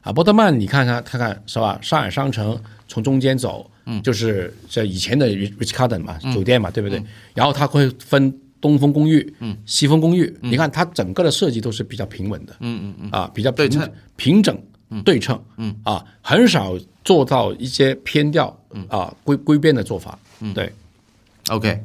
啊，波特曼，你看看看看是吧？上海商城从中间走，嗯，就是这以前的 Rich Carden 嘛，酒店嘛，对不对？然后它会分东风公寓，嗯，西风公寓。你看它整个的设计都是比较平稳的，嗯嗯嗯，啊，比较
对
平
称
平整，对称，嗯啊，很少做到一些偏调，嗯啊规规变的做法，嗯，对，
OK，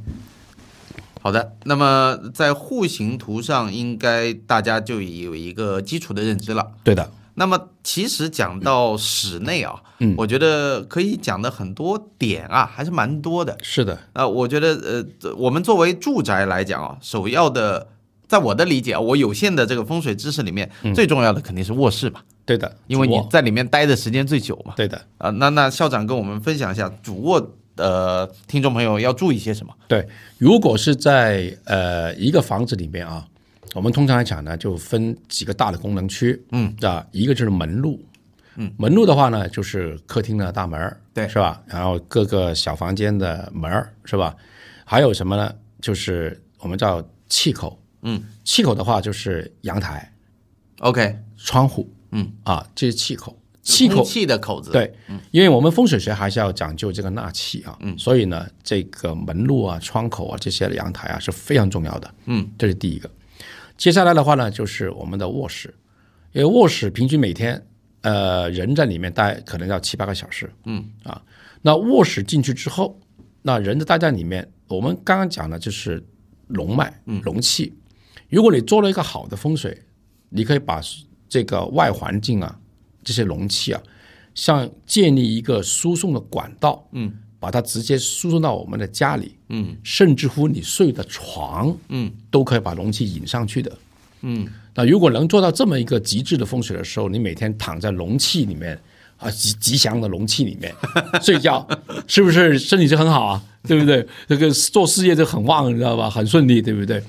好的。那么在户型图上，应该大家就有一个基础的认知了。
对的，
那么其实讲到室内啊，嗯，我觉得可以讲的很多点啊，还是蛮多的。
是的，
啊，我觉得呃，我们作为住宅来讲啊，首要的，在我的理解啊，我有限的这个风水知识里面，最重要的肯定是卧室吧，
对的，
因为
嗯主
你
卧
在里面待的时间最久嘛。
对的，
啊，那那校长跟我们分享一下主卧，呃，听众朋友要注意些什么？
对，如果是在呃一个房子里面啊，我们通常来讲呢，就分几个大的功能区，嗯啊，一个就是门路，嗯，门路的话呢，就是客厅的大门儿
对
是吧？然后各个小房间的门儿是吧？还有什么呢？就是我们叫气口，
嗯，
气口的话就是阳台、
OK，
窗户，
嗯
啊，这是气口，气
气
口
气的口子，，
对，因为我们风水学还是要讲究这个纳气啊，嗯，所以呢，这个门路啊、窗口啊这些阳台啊是非常重要的，
嗯，
这是第一个。接下来的话呢，就是我们的卧室，因为卧室平均每天呃人在里面待可能要七八个小时，嗯啊，那卧室进去之后，那人的待在里面，我们刚刚讲的就是龙脉、容器。如果你做了一个好的风水，你可以把这个外环境啊，这些容器啊，像建立一个输送的管道，嗯，把它直接输送到我们的家里，嗯，甚至乎你睡的床，嗯，都可以把容器引上去的，嗯。那如果能做到这么一个极致的风水的时候，你每天躺在容器里面啊，吉吉祥的容器里面 睡觉，是不是身体就很好啊？ 对不对？这个做事业就很旺，你知道吧？很顺利，对不对？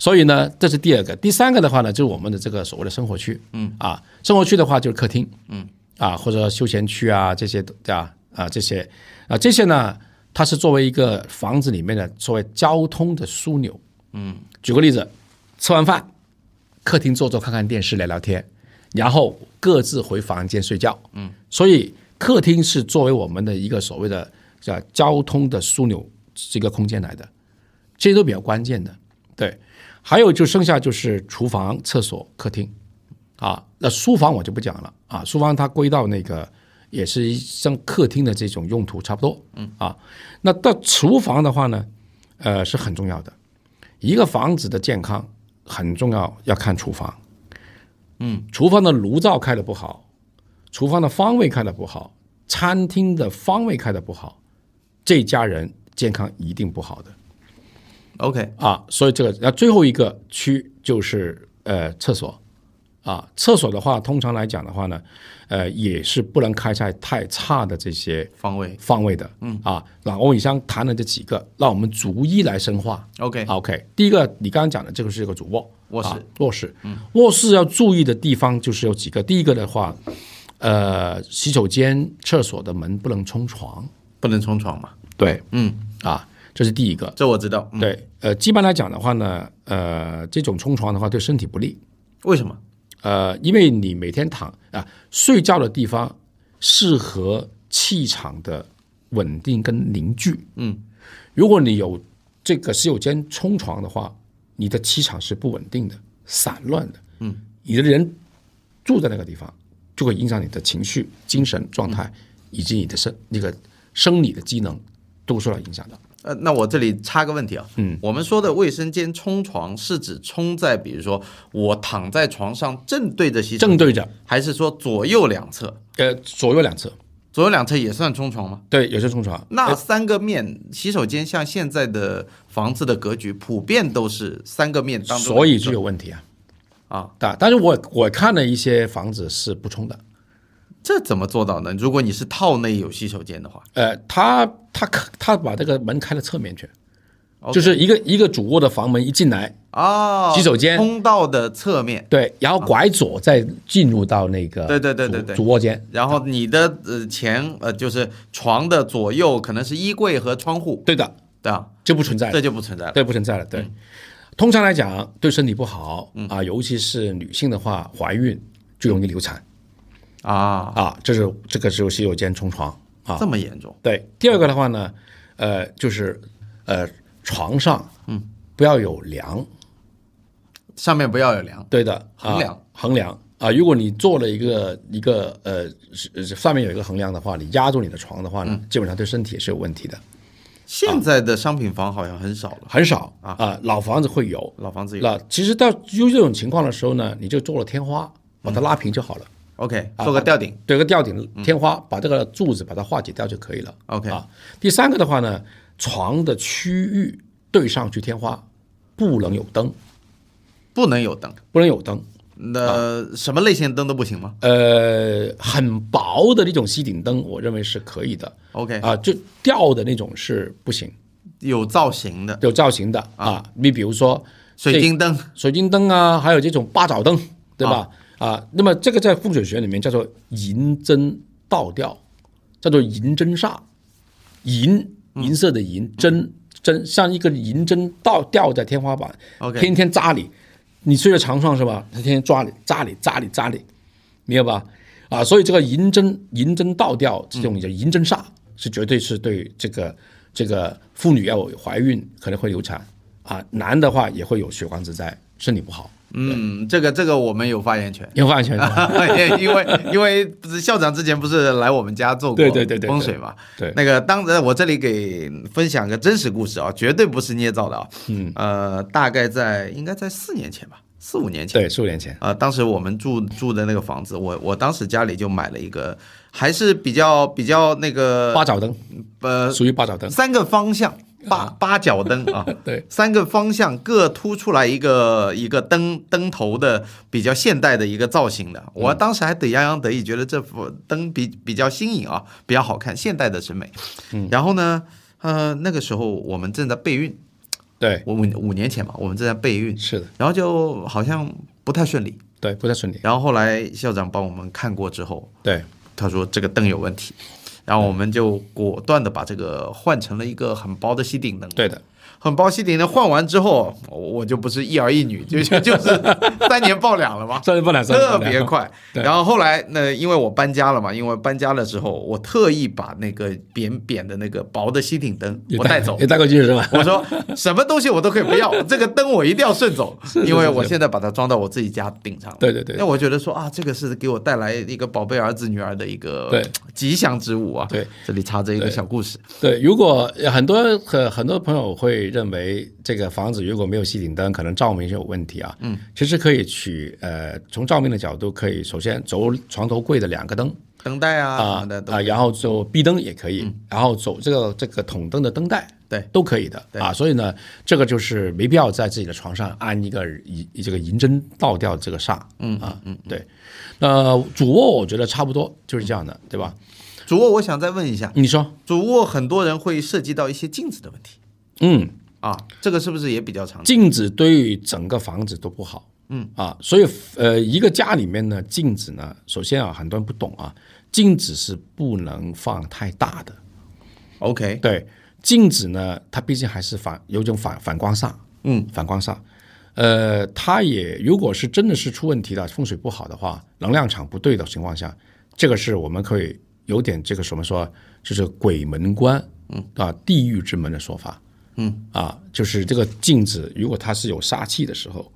所以呢，这是第二个。第三个的话呢，就是我们的这个所谓的生活区，嗯啊，生活区的话就是客厅，嗯啊，或者说休闲区啊这些都对吧？啊这些啊这些呢，它是作为一个房子里面的所谓交通的枢纽，嗯，举个例子，吃完饭，客厅坐坐看看电视聊聊天，然后各自回房间睡觉，嗯，所以客厅是作为我们的一个所谓的叫交通的枢纽这个空间来的，这些都比较关键的。对，还有就剩下就是厨房、厕所、客厅，啊，那书房我就不讲了啊，书房它归到那个也是像客厅的这种用途差不多，嗯啊，那到厨房的话呢，呃是很重要的，一个房子的健康很重要，要看厨房。嗯，厨房的炉灶开的不好，厨房的方位开的不好，餐厅的方位开的不好，这家人健康一定不好的。
OK，
啊，所以这个，那最后一个区就是呃厕所，啊，厕所的话，通常来讲的话呢，呃，也是不能开在太差的这些
方位
方位的，嗯啊，那我以上谈了这几个，让我们逐一来深化。啊
OK，
OK，第一个你刚刚讲的这个是一个主卧
卧室嗯
啊卧室，卧室要注意的地方就是有几个，第一个的话，呃，洗手间、厕所的门不能冲床，
不能冲床嘛？
对
嗯，
啊，这是第一个。
这我知道。嗯，
对，呃，基本来讲的话呢，呃，这种冲床的话对身体不利，
为什么？
呃，因为你每天躺啊、睡觉的地方适合气场的稳定跟凝聚。嗯，如果你有这个洗手间冲床的话，你的气场是不稳定的、散乱的。嗯，你的人住在那个地方，就会影响你的情绪、精神状态，以及你的生那个生理的机能都受到影响的。
呃，那我这里插个问题啊，嗯，我们说的卫生间冲床是指冲在，比如说我躺在床上正对着洗手
正
间，
对着，
还是说左右两侧？
呃，左右两侧，
左右两侧也算冲床吗？
对，有些冲床。
那三个面洗手间，像现在的房子的格局，普遍都是三个面当中的一个，
所以就有问题啊。
啊，
但但是我我看了一些房子是不冲的，
这怎么做到呢？如果你是套内有洗手间的话，
呃，他他他把这个门开到侧面去
OK
就是一个一个主卧的房门一进来，
哦，
洗手间
通道的侧面，
对，然后拐左再进入到那个
啊对对对
主
对对
主卧间，
然后你的呃前呃就是床的左右可能是衣柜和窗户，
对的，
对吧？
就不存在了，
这就不存在了。
对，不存在了，
嗯
对。通常来讲，对身体不好啊，尤其是女性的话，怀孕就容易流产
啊，
啊，这是这个是洗手间冲床啊，
这么严重？
对，第二个的话呢，呃，就是呃，床上嗯不要有梁，
上面不要有梁，
对的，
横
啊
梁
横梁啊、如果你做了一个一个呃是是上面有一个横梁的话，你压住你的床的话呢，基本上对身体是有问题的，
现在的商品房好像很少了，
很少啊、老房子会有。
老房子有。
那其实到有这种情况的时候呢，你就做了天花，把它拉平就好了。
OK，做个
啊
吊顶，
对个吊顶天花，把这个柱子把它化解掉就可以了。
OK
啊，第三个的话呢，床的区域对上去天花，不能有灯，
不能有灯。
不能有灯。啊
那什么类型的灯都不行吗
呃，很薄的那种吸顶灯，我认为是可以的。
？OK，
啊，就吊的那种是不行，
有造型的
有造型的啊。你比如说
水晶灯，
水晶灯啊，还有这种八爪灯，对吧？啊，那么这个在风水学里面叫做银针倒吊，叫做银针煞，银银色的银针针像一个银针倒吊在天花板
OK
天天扎你，你睡在床上是吧？他天天抓你，扎你，扎你，扎你，明白吧？啊，所以这个银针银针倒吊这种叫银针煞，是绝对是对这个这个妇女要有怀孕可能会流产啊，男的话也会有血光之灾，身体不好，，
嗯，这个这个我们有发言权
有发现
因为因为不是校长之前不是来我们家做过
对对对对对
风水嘛，
对
那个当然我这里给分享个真实故事啊，绝对不是捏造的啊，嗯，呃，大概在应该在四年前吧，四五年前。
对，数年前
啊、当时我们住住的那个房子，我我当时家里就买了一个，还是比较比较那个
八爪灯
呃
属于八爪灯，
三个方向八八角灯啊，
对，
三个方向各突出来一个一个灯灯头的比较现代的一个造型的。我当时还得洋洋得意，觉得这幅灯比比较新颖啊，比较好看，现代的审美。然后呢，呃，那个时候我们正在备孕，
对，
我五五年前嘛，我们正在备孕，
是的，
然后就好像不太顺利。
对，不太顺利，
然后后来校长帮我们看过之后，
对，
他说这个灯有问题，然后我们就果断的把这个换成了一个很薄的吸顶灯。
对的，
很薄吸顶灯换完之后，我我就不是一儿一女，就就 就是三年爆两了嘛，
三不两，
特别快。
对
然后后来那因为我搬家了嘛，因为搬家了之后，我特意把那个扁扁的那个薄的吸顶灯我带走
也。带过去是吧？
我说什么东西我都可以不要，这个灯我一定要顺走，因为我现在把它装到我自己家顶上了。
对对对
那我觉得说啊，这个是给我带来一个宝贝儿子女儿的一个
对
吉祥之物啊。
对，
这里插着一个小故事。
对，如果很多很很多朋友会认为这个房子如果没有吸顶灯，可能照明是有问题啊。嗯，其实可以取呃，从照明的角度，可以首先走床头柜的两个灯
灯带啊什
啊
么的都
啊，然后走壁灯也可以，然后走这个这个筒灯的灯带。
对，
都可以的啊，所以呢，这个就是没必要在自己的床上安一个银这个银针倒吊这个煞，嗯啊，嗯，对，那主卧我觉得差不多就是这样的，对吧？
主卧，我想再问一下，
你说，
主卧很多人会涉及到一些镜子的问题
嗯，
啊，这个是不是也比较常见？
镜子对于整个房子都不好。嗯啊，所以呃，一个家里面呢，镜子呢，首先啊，很多人不懂啊，镜子是不能放太大的。
OK，
对，镜子呢，它毕竟还是反有种反反光煞，
嗯，
反光煞。呃，它也如果是真的是出问题的，风水不好的话，能量场不对的情况下，这个是我们可以有点这个什么说，就是鬼门关，嗯啊，地狱之门的说法，嗯啊，就是这个镜子，如果它是有煞气的时候，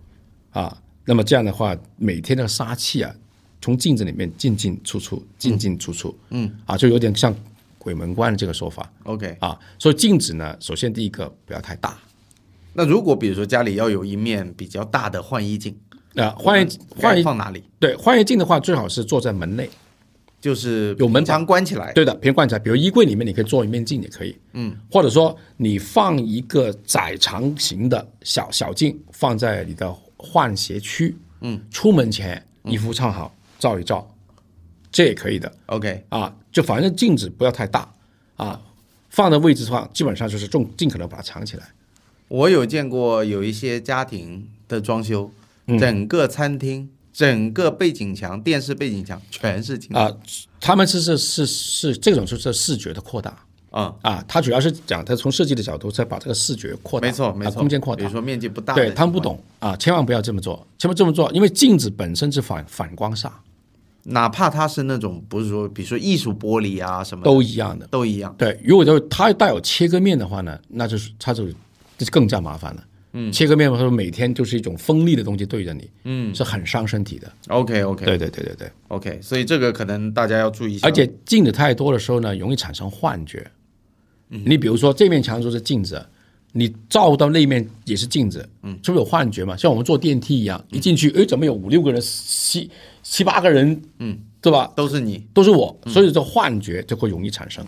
啊，那么这样的话，每天的杀气啊，从镜子里面进进出出，进进出出，嗯，啊，就有点像鬼门关这个说法
OK，
啊。所以镜子呢，首先第一个不要太大，
那如果比如说家里要有一面比较大的换衣镜，
啊，换一换
该
一
放哪里？
对换一镜的话，最好是坐在门内，
就是
有门
平常关起来。
对的，平罐材，比如衣柜里面你可以做一面镜也可以，哎嗯，或者说你放一个窄长型的小小镜放在你的换鞋区，嗯，出门前衣服穿好照一照，这也可以的。
OK，
啊，就反正镜子不要太大啊，放的位置上基本上就是尽尽可能把它藏起来。
我有见过有一些家庭的装修，
嗯
整个餐厅、整个背景墙、电视背景墙全是镜子
啊，他们是是是是这种就是视觉的扩大
啊，
啊，它主要是讲它从设计的角度再把这个视觉扩大，
没错
啊
没错，
空间扩
比
大
如。说面积不大的情
对
况，
他们不懂啊，千万不要这么做，千万这么做，因为镜子本身是反反光煞，
哪怕它是那种不是说，比如说艺术玻璃啊什么的
都一样的。
都一样。
对，如果就它带有切割面的话呢，那就是它就这就更加麻烦了。嗯，切割面的时候每天就是一种锋利的东西对着你，嗯，是很伤身体的。
OK OK
对对对对对。
OK，所以这个可能大家要注意一下。
而且镜子太多的时候呢，容易产生幻觉。你比如说这面墙就是镜子，你照到那面也是镜子，嗯，是不是有幻觉嘛？像我们坐电梯一样，一进去，哎，怎么有五六个人、七七八个人，嗯，对吧？
都是你，
都是我，所以这幻觉就会容易产生。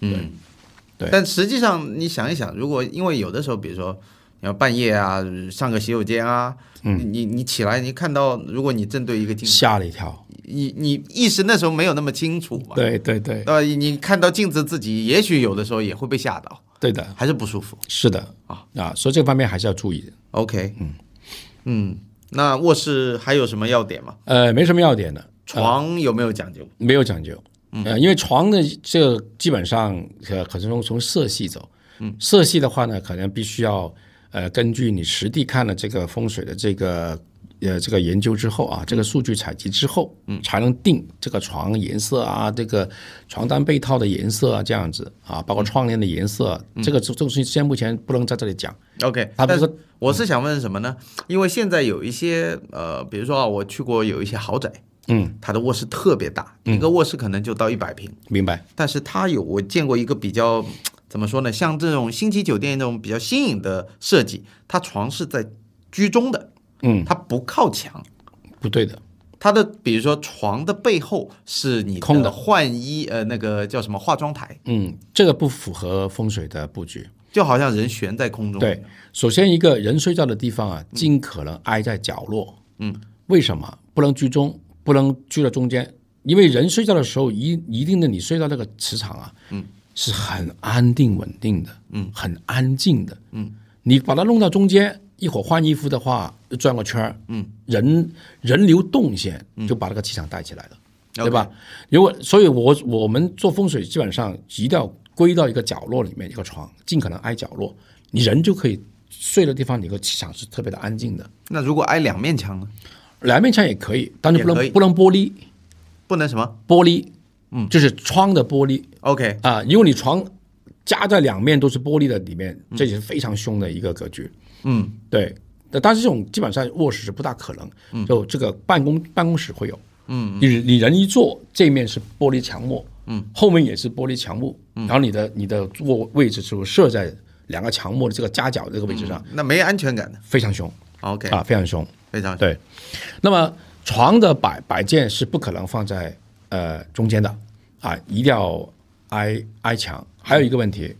对
但实际上你想一想，如果因为有的时候，比如说你要半夜啊，上个洗手间啊，嗯、你你起来，你看到如果你正对一个镜子，
吓了一跳，
你你意识那时候没有那么清楚吧？
对对对
对吧，你看到镜子自己，也许有的时候也会被吓到，
对的，
还是不舒服。
是的啊啊，所以这方面还是要注意的。
OK，嗯嗯，那卧室还有什么要点吗？
呃，没什么要点
啊
的，
床有没有讲究？
没有讲究，呃，因为床的这个基本上呃，可是从从色系走，嗯，色系的话呢，可能必须要呃，根据你实地看了这个风水的这个呃这个研究之后啊，这个数据采集之后，嗯，才能定这个床颜色啊，这个床单被套的颜色啊，这样子啊，包括窗帘的颜色，啊这个这这东西现在目前不能在这里讲，
OK，
他不
但
嗯是
是
说
我是想问什么呢？因为现在有一些呃，比如说啊，我去过有一些豪宅，
嗯，
它的卧室特别大，一个卧室可能就到一百平，
明白？
但是它有我见过一个比较怎么说呢，像这种星级酒店那种比较新颖的设计，它床是在居中的，
嗯，
它不靠墙。
不对的，
它的比如说床的背后是你
空
的换衣呃那个叫什么化妆台，
嗯，这个不符合风水的布局。
就好像人悬在空中。
对，首先一个人睡觉的地方啊，尽可能挨在角落。嗯，为什么不能居中，不能居到中间？因为人睡觉的时候，一一定的你睡到那个磁场啊，嗯，是很安定稳定的，嗯，很安静的，嗯，你把它弄到中间，一会儿换衣服的话，又转个圈嗯，人人流动线就把那个气场带起来了，对吧？如果所以我，我们做风水基本上一定要归到一个角落里面，一个床尽可能挨角落，你人就可以睡的地方，你个气场是特别的安静的。
那如果挨两面墙呢？
两面墙也可以，但是不
也可以
能不能玻璃，
不能什么
玻璃，嗯，就是窗的玻璃
？OK，
啊，因为你床夹在两面都是玻璃的里面，这也是非常凶的一个格局。
嗯。
对，但但是这种基本上卧室是不大可能，就这个办公办公室会有，嗯，你你人一坐，这面是玻璃墙幕，嗯，后面也是玻璃墙幕，然后你的你的座位置是不是设在两个强木的这个夹角这个位置上，
那没安全感的。
非常凶
OK，
啊，非常凶。
非常
对，那么床的摆摆件是不可能放在呃中间的啊，一定要挨挨墙。还有一个问题，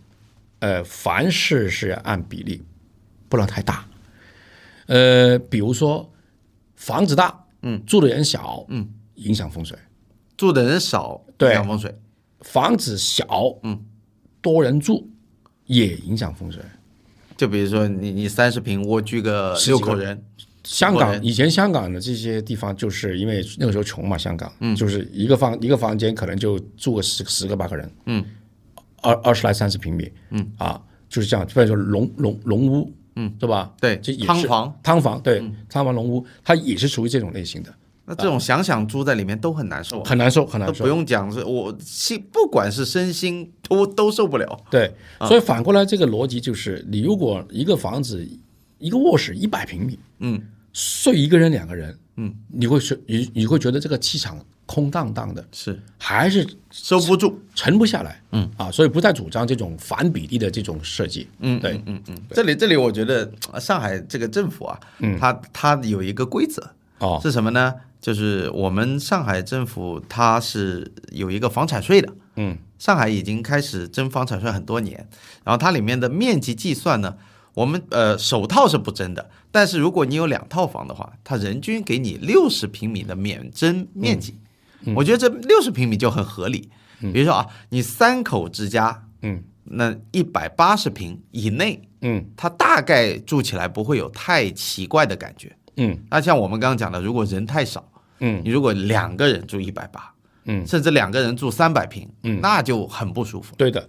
呃，凡事是按比例，不能太大。呃，比如说房子大，嗯，住的人小，嗯，影响风水。
住的人少，
对
养风水。
房子小，嗯，多人住也影响风水。
就比如说你你三十平蜗居个
十几
六
个
口人，
香
多
港以前香港的这些地方，就是因为那个时候穷嘛，香港，嗯，就是一个房一个房间可能就住个十十个八个人，嗯，二二十来三十平米，嗯啊，就是这样，或者说龙龙龙屋，嗯，对吧？
对
这也是
汤房，嗯
汤房对，汤房龙屋，它也是属于这种类型的，
那这种想想住在里面都很难受，
啊很难受，很
都
难受
不。用讲，是我心不管是身心都都受不啊了。
对，所以反过来这个逻辑就是，你如果一个房子一个卧室一百平米，
嗯，
睡一个人两个人，嗯，你会睡你你会觉得这个气场空荡荡的，
是
还是
收不住。
沉不下来，嗯啊，所以不再主张这种反比例的这种设计，嗯，对，嗯嗯嗯，
这里这里，我觉得呃上海这个政府啊，它它有一个规则，
哦，
是什么呢？就是我们上海政府它是有一个房产税的，
嗯，
上海已经开始征房产税很多年，然后它里面的面积计算呢，我们呃首套是不征的，但是如果你有两套房的话，它人均给你六十平米的免征面积，
嗯
我觉得这六十平米就很合理。比如说啊，你三口之家，
嗯，
那一百八十平以内，
嗯
它大概住起来不会有太奇怪的感觉。
嗯
那像我们刚刚讲的，如果人太少，
嗯
你如果两个人住一百八，
嗯，
甚至两个人住三百平，嗯，那就很不舒服。
对的，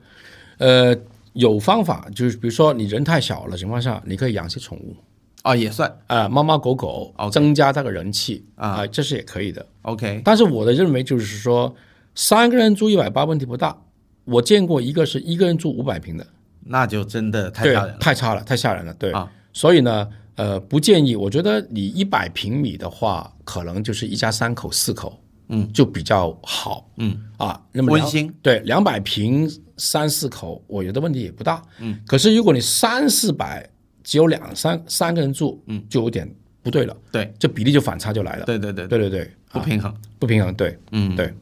呃，有方法，就是比如说你人太小了情况下，你可以养些宠物
啊，也算
啊、猫猫狗狗，增加它的人气哦啊、这是也可以的。
OK。
但是我的认为就是说，三个人住一百八问题不大，我见过一个是一个人住五百平的，
那就真的太
对，
吓人了。
太差了，太吓人了，对。
啊
所以呢，呃，不建议。我觉得你一百平米的话，可能就是一家三口、四口，嗯，就比较好，嗯啊，那么两
温馨。
对，两百平三四口，我觉得问题也不大，嗯。可是如果你三四百，只有两三三个人住，嗯，就有点不对了，
对
这比例就反差就来了，
对对对，
对对对，
不平衡。
不平衡，对，嗯，对，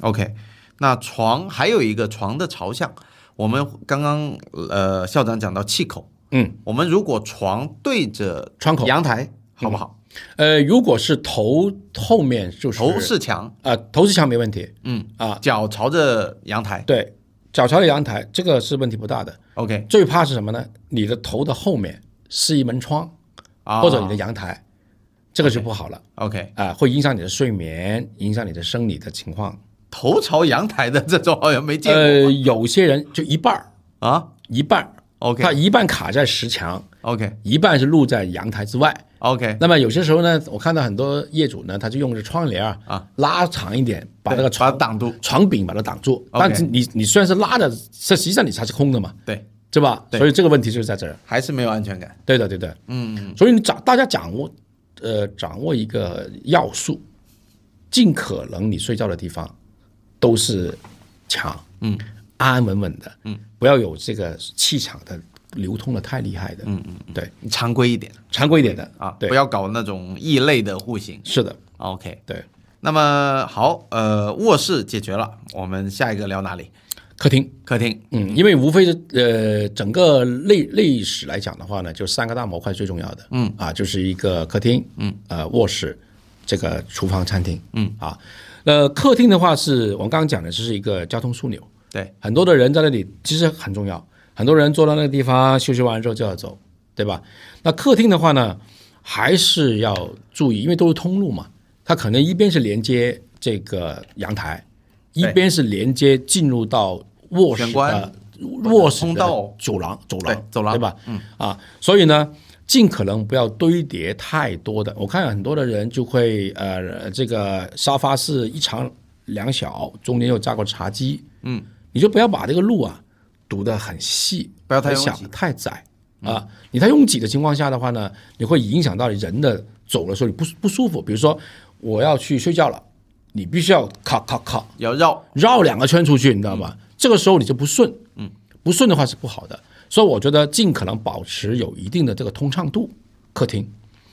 OK，那床还有一个床的朝向，我们刚刚呃校长讲到气口，
嗯，
我们如果床对着
窗口
阳台，好不好？
呃，如果是头后面就是
头是墙，
啊、头是墙没问题，
嗯
啊，
脚朝着阳台。
对，脚朝着阳台，这个是问题不大的。
OK
最怕是什么呢？你的头的后面是一门窗，
啊，
或者你的阳台，这个就不好了
OK
啊、会影响你的睡眠，影响你的生理的情况。
头朝阳台的这种好像没见过、
呃，有些人就一半儿，
啊。
一半儿
OK
他一半卡在石墙，
OK
一半是露在阳台之外。
OK，
那么有些时候呢，我看到很多业主呢，他就用着窗帘啊
啊
拉长一点，把那个
床
床
挡住。
床柄把它挡住。
OK
但是你你虽然是拉着，这实际上你才是空的嘛，
对，
对吧？
对
所以这个问题就是在这儿。
还是没有安全感。
对的，对的，嗯，所以你掌大家掌握，呃，掌握一个要素，尽可能你睡觉的地方都是墙，嗯，安安稳稳的，嗯，不要有这个气场的流通的太厉害的，嗯嗯，对，
常规一点
常规一点的
啊，
对
不，要搞那种异类的户型。啊
是的，
OK，
对，
那么好，呃，卧室解决了，我们下一个聊哪里？
客厅，
客厅。
嗯，因为无非是呃，整个类类史来讲的话呢，就三个大模块最重要的，嗯啊，就是一个客厅，嗯，呃，卧室，这个厨房、餐厅，嗯啊，呃，客厅的话是我们刚刚讲的，这是一个交通枢纽，
对，
很多的人在那里其实很重要，很多人坐到那个地方休息完之后就要走，对吧？那客厅的话呢，还是要注意，因为都是通路嘛，它可能一边是连接这个阳台，一
对
边是连接进入到卧室
玄关
的卧室
通
的
道
走廊走
对
廊
走廊
对吧？嗯啊，所以呢。尽可能不要堆叠太多的，我看很多的人就会呃，这个沙发是一长两小，中间又加个茶几，你就不要把这个路啊堵得很细，
不要太
很
拥
小
挤嗯
太窄啊。你太拥挤的情况下的话呢，你会影响到人的走的时候你不不舒服。比如说我要去睡觉了，你必须要咔咔咔
要绕。嗯
绕两个圈出去，你知道吗？这个时候你就不顺，嗯，不顺的话是不好的。所以我觉得尽可能保持有一定的这个通畅度，客厅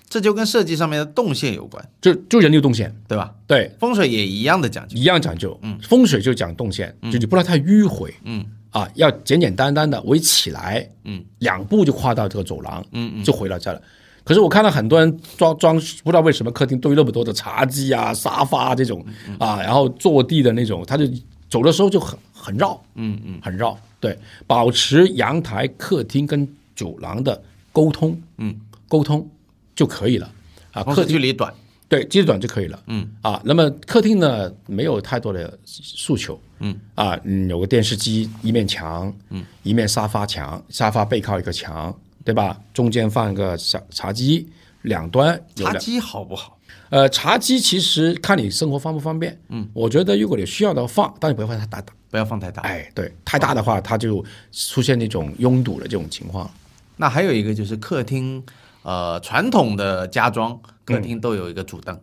这就跟设计上面的动线有关，
就就人流动线，
对吧？
对，
风水也一样的讲究，
一样讲究。嗯，风水就讲动线，就你不能太迂回。
嗯，
啊，要简简单单的，我一起来，
嗯，
两步就跨到这个走廊，嗯嗯，就回到家了。可是我看到很多人装装，不知道为什么客厅堆那么多的茶几啊、沙发、啊、这种
嗯
啊，然后坐地的那种，他就走的时候就很很绕，
嗯嗯，
很绕。对，保持阳台、客厅跟走廊的沟通，
嗯，
沟通就可以了啊。
同
客
时
厅
距离短，
对，接着短就可以了。
嗯
啊，那么客厅呢，没有太多的诉求。
嗯
啊，嗯，有个电视机，一面墙，嗯，一面沙发墙，沙发背靠一个墙，对吧？中间放一个小茶几，两端有
茶
两
几好不好？
呃，茶几其实看你生活方不方便。嗯，我觉得如果你需要的话放，但你不要放太大。
不要放太大。
哎，对，太大的话，它就出现那种拥堵的这种情况。
那还有一个就是客厅，呃，传统的家装客
嗯
厅都有一个主灯，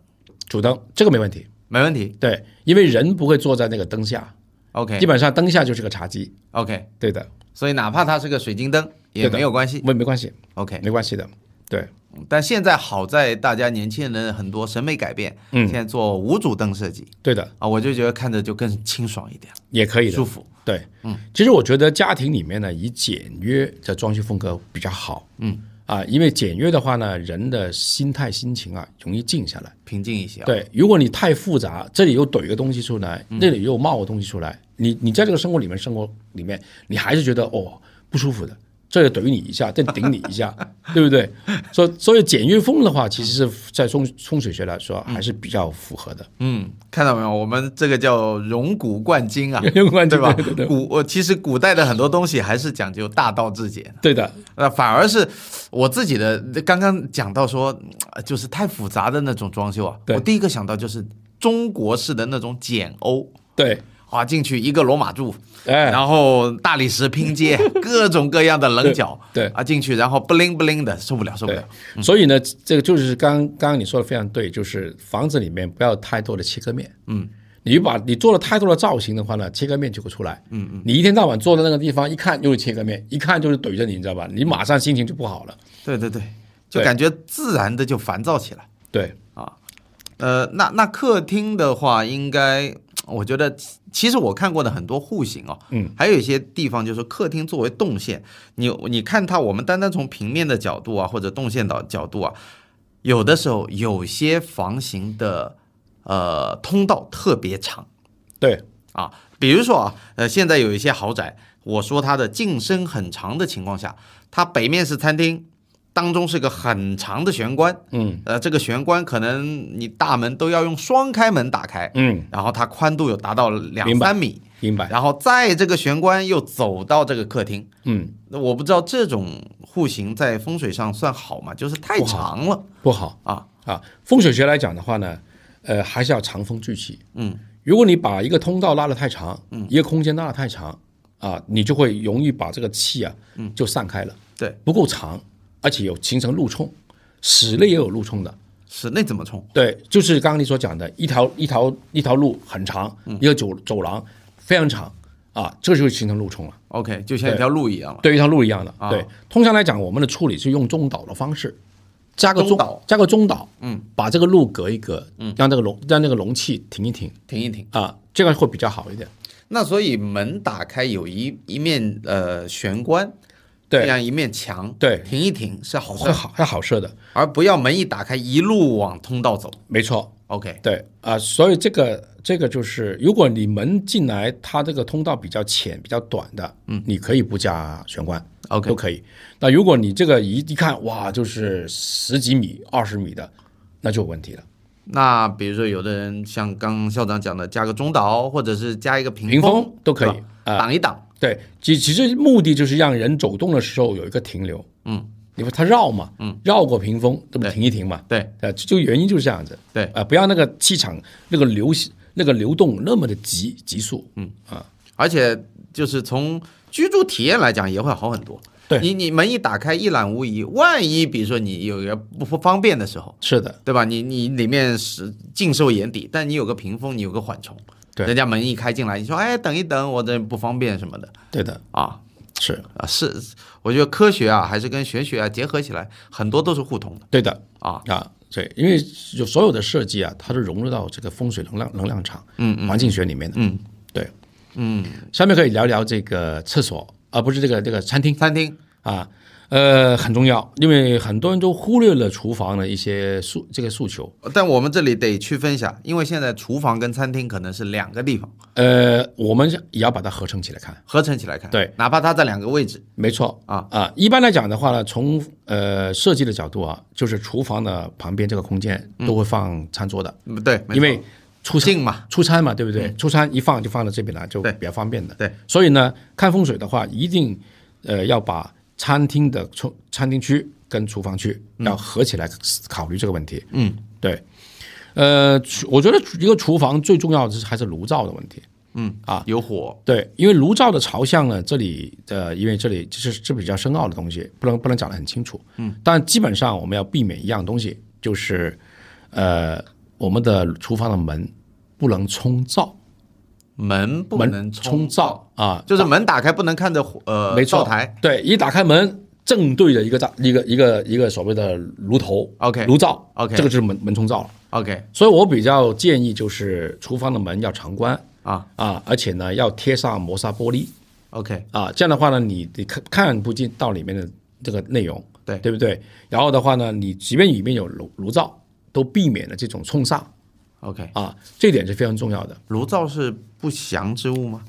主灯这个没问题，
没问题。
对，因为人不会坐在那个灯下，基
OK
本上灯下就是个茶几，
OK，
对的，
所以哪怕它是个水晶灯也
对的
没有关系。
没没关系，
OK，
没关系的，对，
但现在好在大家年轻人很多审美改变，
嗯
现在做无主灯设计
对的，
啊，我就觉得看着就更清爽一点，
也可以的
舒，服。
对，嗯，其实我觉得家庭里面呢，以简约的装修风格比较好，嗯，啊，因为简约的话呢，人的心态心情啊，容易静下来。
平静一些、啊。
对，如果你太复杂，这里又怼一个东西出来，那里又冒个东西出来，你你在这个生活里面生活里面，你还是觉得哦不舒服的，这里怼你一下，这里顶你一 下，对不对？所以所以简约风的话，其实是在风风水学来说还是比较符合的。
嗯，看到没有？我们这个叫荣古贯今啊，
荣古贯今
对吧？
对对对
古我其实古代的很多东西还是讲究大道至简，
对的，
那反而是我自己的刚刚讲到说，呃就是太复杂的那种装修啊，
对
我第一个想到就是中国式的那种简欧。
对，
啊，进去一个罗马柱，
哎，
然后大理石拼 接，各种各样的棱角，
对
啊，进去然后不灵不灵的，受不了受不
对
了。，
所以呢，这个就是刚刚刚你说的非常对，就是房子里面不要太多的切割面，嗯。你把你做了太多的造型的话呢，切割面就会出来。嗯嗯，你一天到晚坐在那个地方，一看就是切割面，一看就是怼着你，你知道吧？你马上心情就不好了。
对对对，就
对
感觉自然的就烦躁起来。
对，
呃，那那客厅的话，应该我觉得，其实我看过的很多户型哦，
嗯，
还有一些地方就是客厅作为动线，你你看它，我们单单从平面的角度啊，或者动线的角度啊，有的时候有些房型的呃通道特别长
对，
啊，比如说啊，呃，现在有一些豪宅，我说它的进深很长的情况下，它北面是餐厅，当中是个很长的玄关。
嗯
呃，这个玄关可能你大门都要用双开门打开，
嗯，
然后它宽度有达到两
明白哎
三米，
明白。
然后在这个玄关又走到这个客厅。
嗯，
那我不知道这种户型在风水上算好吗？就是太长了
不好
啊，
啊。风水学来讲的话呢，呃，还是要藏风聚气。
嗯，
如果你把一个通道拉得太长，嗯，一个空间拉得太长，啊，你就会容易把这个气啊，嗯，就散开了。
对，
不够长，而且有形成路冲，室内也有路冲的。
室内怎么冲？
对，就是刚刚你所讲的，一条一条一条路很长，
嗯
一个走走廊非常长啊，这就形成路冲了，
OK，就像一条路一样了。
对，一条路一样的。
啊
对，通常来讲，我们的处理是用中岛的方式，加个
中岛
加个中岛，
嗯，
把这个路隔一隔，嗯，让这个容让这个容器停一停
停一停，
啊，这个会比较好一点。
那所以门打开有一一面呃玄关，这
对，
样一面墙，
对
停一停是好事
会
儿，
好会好事的，
而不要门一打开一路往通道走。
没错。
OK，
对啊、所以这个这个就是，如果你门进来，它这个通道比较浅、比较短的，嗯，你可以不加玄关
OK
都可以。那如果你这个一一看，哇，就是十几米、二十米的，那就有问题了。
那比如说，有的人像刚刚校长讲的，加个中岛，或者是加一个屏
屏风都可以啊
是吧挡一挡。
对，其其实目的就是让人走动的时候有一个停留，
嗯，
因为它绕嘛，嗯，绕过屏风，这不
对
停一停嘛，
对
呃，就就原因就是这样子，
对
啊、不要那个气场那个流那个流动那么的急急速，嗯啊，
而且就是从居住体验来讲，也会好很多。
对
你，你门一打开，一览无遗。万一比如说你有一个不不方便的时候，
是的，
对吧？你你里面是尽收眼底，但你有个屏风，你有个缓冲。
对
人家门一开进来，你说哎，等一等，我这不方便什么的
对的。
啊。
是
啊，是，我觉得科学啊，还是跟玄学啊结合起来，很多都是互通的
对的
啊。
啊，对，因为有所有的设计啊，它都融入到这个风水能量能量场，嗯嗯，环境学里面的，嗯，对，嗯，下面可以聊聊这个厕所，而、不是这个这个餐厅
餐厅，
啊，呃，很重要，因为很多人都忽略了厨房的一些诉这个诉求，
但我们这里得区分一下，因为现在厨房跟餐厅可能是两个地方，
呃，我们也要把它合成起来看。
合成起来看，
对，
哪怕它在两个位置，
没错
啊
啊，一般来讲的话呢，从呃设计的角度啊，就是厨房的旁边这个空间都会放餐桌的，
嗯对，嗯没
因
错
为出餐
近嘛，
出餐嘛，对不对？出餐一放就放到这边来，就
对
比较方便的。
对，
所以呢，看风水的话，一定呃要把餐厅的厨餐厅区跟厨房区要合起来考虑这个问题。嗯，对。呃，厨我觉得一个厨房最重要的是还是炉灶的问题。
嗯啊，有火，
对，因为炉灶的朝向呢，这里呃，因为这里这是这比较深奥的东西，不能不能讲得很清楚。嗯，但基本上我们要避免一样东西，就是呃，我们的厨房的门不能冲灶，
门不能
门
冲，
灶啊，
就是门打开不能看着火呃
没
灶
错
台，。
对，一打开门正对着一个灶，一个一个一个所谓的炉头
OK
炉灶
OK
这个就是门门冲灶了。
OK
所以我比较建议就是厨房的门要常关
啊
啊，而且呢要贴上磨砂玻璃。
OK
啊，这样的话呢，你你看看不进到里面的这个内容，
对
对不对？然后的话呢，你即便里面有炉炉灶，都避免了这种冲煞
OK，
啊，这一点是非常重要的。
炉灶是不祥之物吗？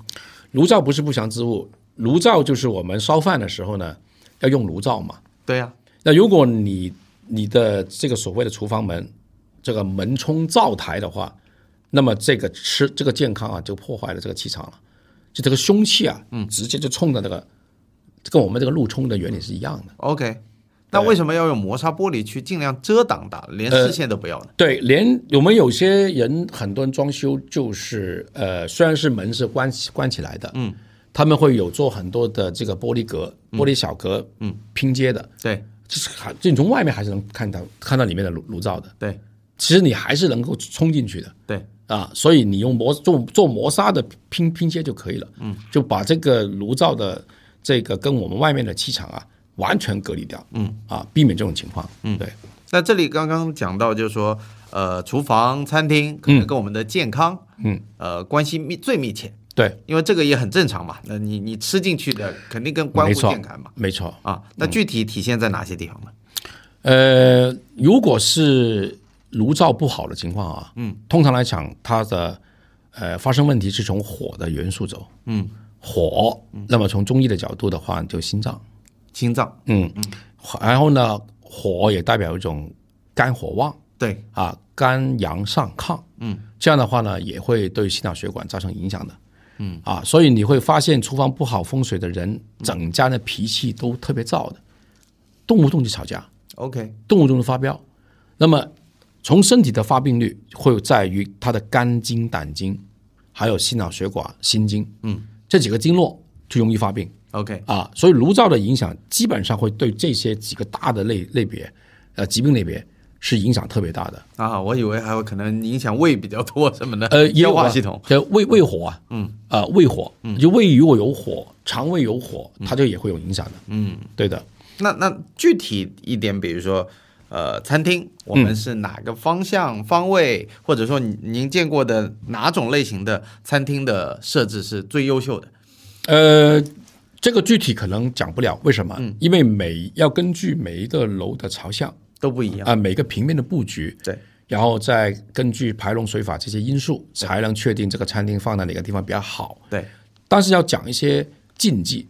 炉灶不是不祥之物，炉灶就是我们烧饭的时候呢要用炉灶嘛。
对啊呀、
那如果你你的这个所谓的厨房门，这个门冲灶台的话，那么这个吃这个健康啊就破坏了这个气场了，就这个凶气啊，嗯，直接就冲到那个，跟我们这个路冲的原理是一样的。
OK，那为什么要用磨砂玻璃去尽量遮挡它，连
呃
视线都不要呢？
对，连我们有些人，很多人装修就是呃，虽然是门是关起关起来的，嗯，他们会有做很多的这个玻璃格、玻璃小格，嗯，拼接的，
对
这是还这你从外面还是能看到看到里面的炉炉灶的，
对
其实你还是能够冲进去的
对
啊，所以你用磨做做磨砂的拼拼接就可以了，嗯，就把这个炉灶的这个跟我们外面的气场啊完全隔离掉，嗯，啊，避免这种情况，嗯，对。
那这里刚刚讲到，就是说，呃，厨房、餐厅可
嗯
能跟我们的健康，嗯，呃，关系密最密切，
对，
因为这个也很正常嘛。那你你吃进去的肯定跟关乎
没错
健康嘛。
没错，嗯
啊，那具体体现在哪些地方呢？
呃，如果是炉灶不好的情况啊，嗯，通常来讲，它的呃发生问题是从火的元素走，嗯，火，那么从中医的角度的话，就心脏，
心脏，
嗯，然后呢，火也代表一种肝火旺
对，
啊，肝阳上亢，嗯，这样的话呢，也会对心脑血管造成影响的。嗯啊，所以你会发现厨房不好风水的人，整家的脾气都特别燥的，动不动就吵架。
，OK，
动物中的发飙。那么，从身体的发病率会在于它的肝经、胆经，还有心脑血管、心经，嗯，这几个经络就容易发病
OK，
啊。所以炉灶的影响基本上会对这些几个大的类类别，呃，疾病类别是影响特别大的。
啊，我以为还有可能影响胃比较多什么的，
呃，也
消
有啊
化系统，，嗯
呃，胃胃火啊，嗯，啊，胃火，就胃如果有火，肠胃有火，它就也会有影响的。嗯，对的。
那那具体一点，比如说，呃，餐厅，我
嗯
们是哪个方向、方位，或者说您您见过的哪种类型的餐厅的设置是最优秀的？
呃，这个具体可能讲不了，为什么？
嗯
因为每要根据每一个楼的朝向
都不一
啊、
样。
每个平面的布局，
对，
然后再根据排龙水法这些因素，才能确定这个餐厅放在哪个地方比较好。
对，
但是要讲一些禁忌，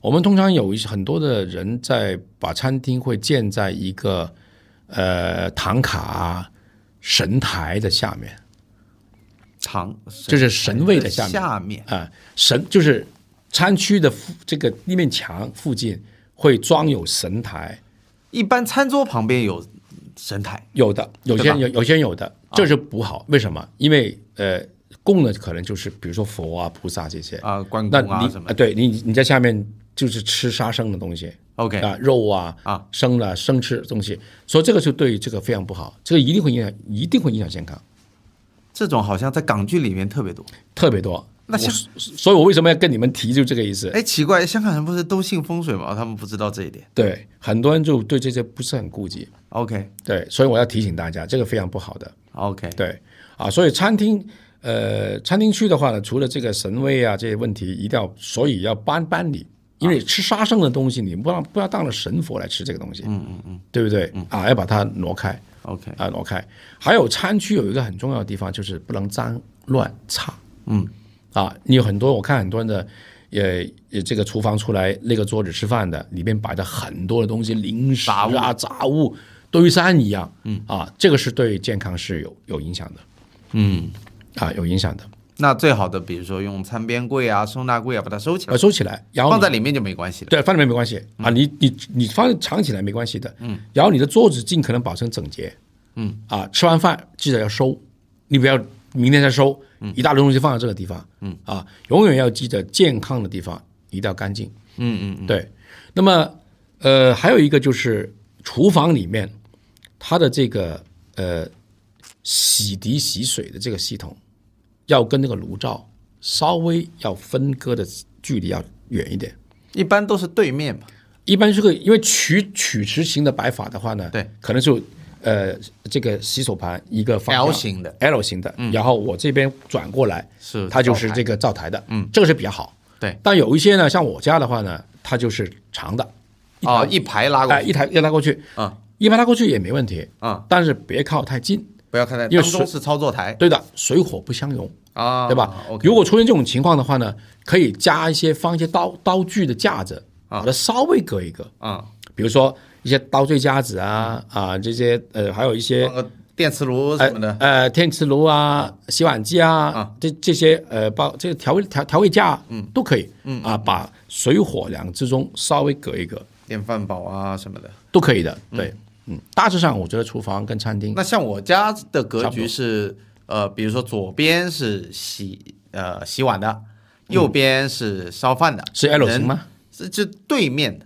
我们通常有一些很多的人在把餐厅会建在一个呃唐卡啊神台的下面，
堂
就是神位的下面。
下面
啊、神就是餐区的附这个一面墙附近会装有神台，
一般餐桌旁边有神台。
有的有些
对吧啊
人有有些人有的，这是不好。为什么？因为呃，供的可能就是比如说佛啊、菩萨这些
啊关
那
公
你
啊什么的
对你你在下面就是吃杀生的东西。
OK，
啊，肉啊，
啊，
生了生吃的东西，所以这个就对这个非常不好，这个一定会影响，一定会影响健康，
这种好像在港剧里面特别多。
特别多。
那
我
香，
所以我为什么要跟你们提就这个意思？
哎，奇怪，香港人不是都信风水吗？他们不知道这一点。
对，很多人就对这些不是很顾忌，
OK
对，所以我要提醒大家，这个非常不好的。
OK，
对啊，所以餐厅呃，餐厅区的话呢，除了这个神威啊这些问题，一定要所以要搬搬理，因为吃杀生的东西，你不要不要当了神佛来吃这个东西，嗯嗯嗯，对不对？啊，要把它挪开
OK，
啊，挪开。还有餐区有一个很重要的地方，就是不能脏乱差，
嗯
啊，你有很多我看很多人的。也也这个厨房出来那个桌子吃饭的，里面摆的很多的东西，零食啊、杂物堆山一样，嗯啊，这个是对健康是有有影响的。
嗯，
啊，有影响的，
那最好的，比如说用餐边柜啊、收纳柜啊，把它收起来，
呃，收起来，然后
放
你
在里面就没关系了。
对放里面没关系啊，你你你放藏起来没关系的，嗯，然后你的桌子尽可能保持整洁，嗯啊，吃完饭记得要收，你不要明天再收，一大堆东西放在这个地方，嗯啊，永远要记得健康的地方一定要干净，
嗯嗯
对，那么呃，还有一个就是厨房里面它的这个呃洗涤洗水的这个系统，要跟那个炉灶稍微要分割的距离要远一点。
一般都是对面嘛。
一般是个，因为曲曲池型的摆法的话呢，
对，
可能就呃这个洗手盘一个方向
L 型的嗯
，L 型的，然后我这边转过来，
是
它就是
灶台
这个灶台的，嗯，这个是比较好。
对，
但有一些呢，像我家的话呢，它就是长的，
哦，一排拉过
哎，
去
一抬要拉过去，
啊
一般拉过去也没问题，
啊，
但是别靠太近。
不要看在
因
当
为
中是操作台
对的，水火不相容，
啊，
对吧？
？OK，
如果出现这种情况的话呢，可以加一些放一些刀刀具的架子，把它稍微隔一隔，
啊，
比如说一些刀具架子啊啊这些呃，还有一些
放个电磁炉什么的，
呃电磁炉啊、洗碗机啊，这这些呃包这个调味调调味架，嗯，都可以，嗯啊，把水火两之中稍微隔一隔
电饭煲啊什么的。
都可以的，对，嗯，大致上我觉得厨房跟餐厅
那像我家的格
差不
局
多
是，呃，比如说左边是洗呃洗碗的，右边是烧饭的，
嗯是 L 型吗？
是就对面的，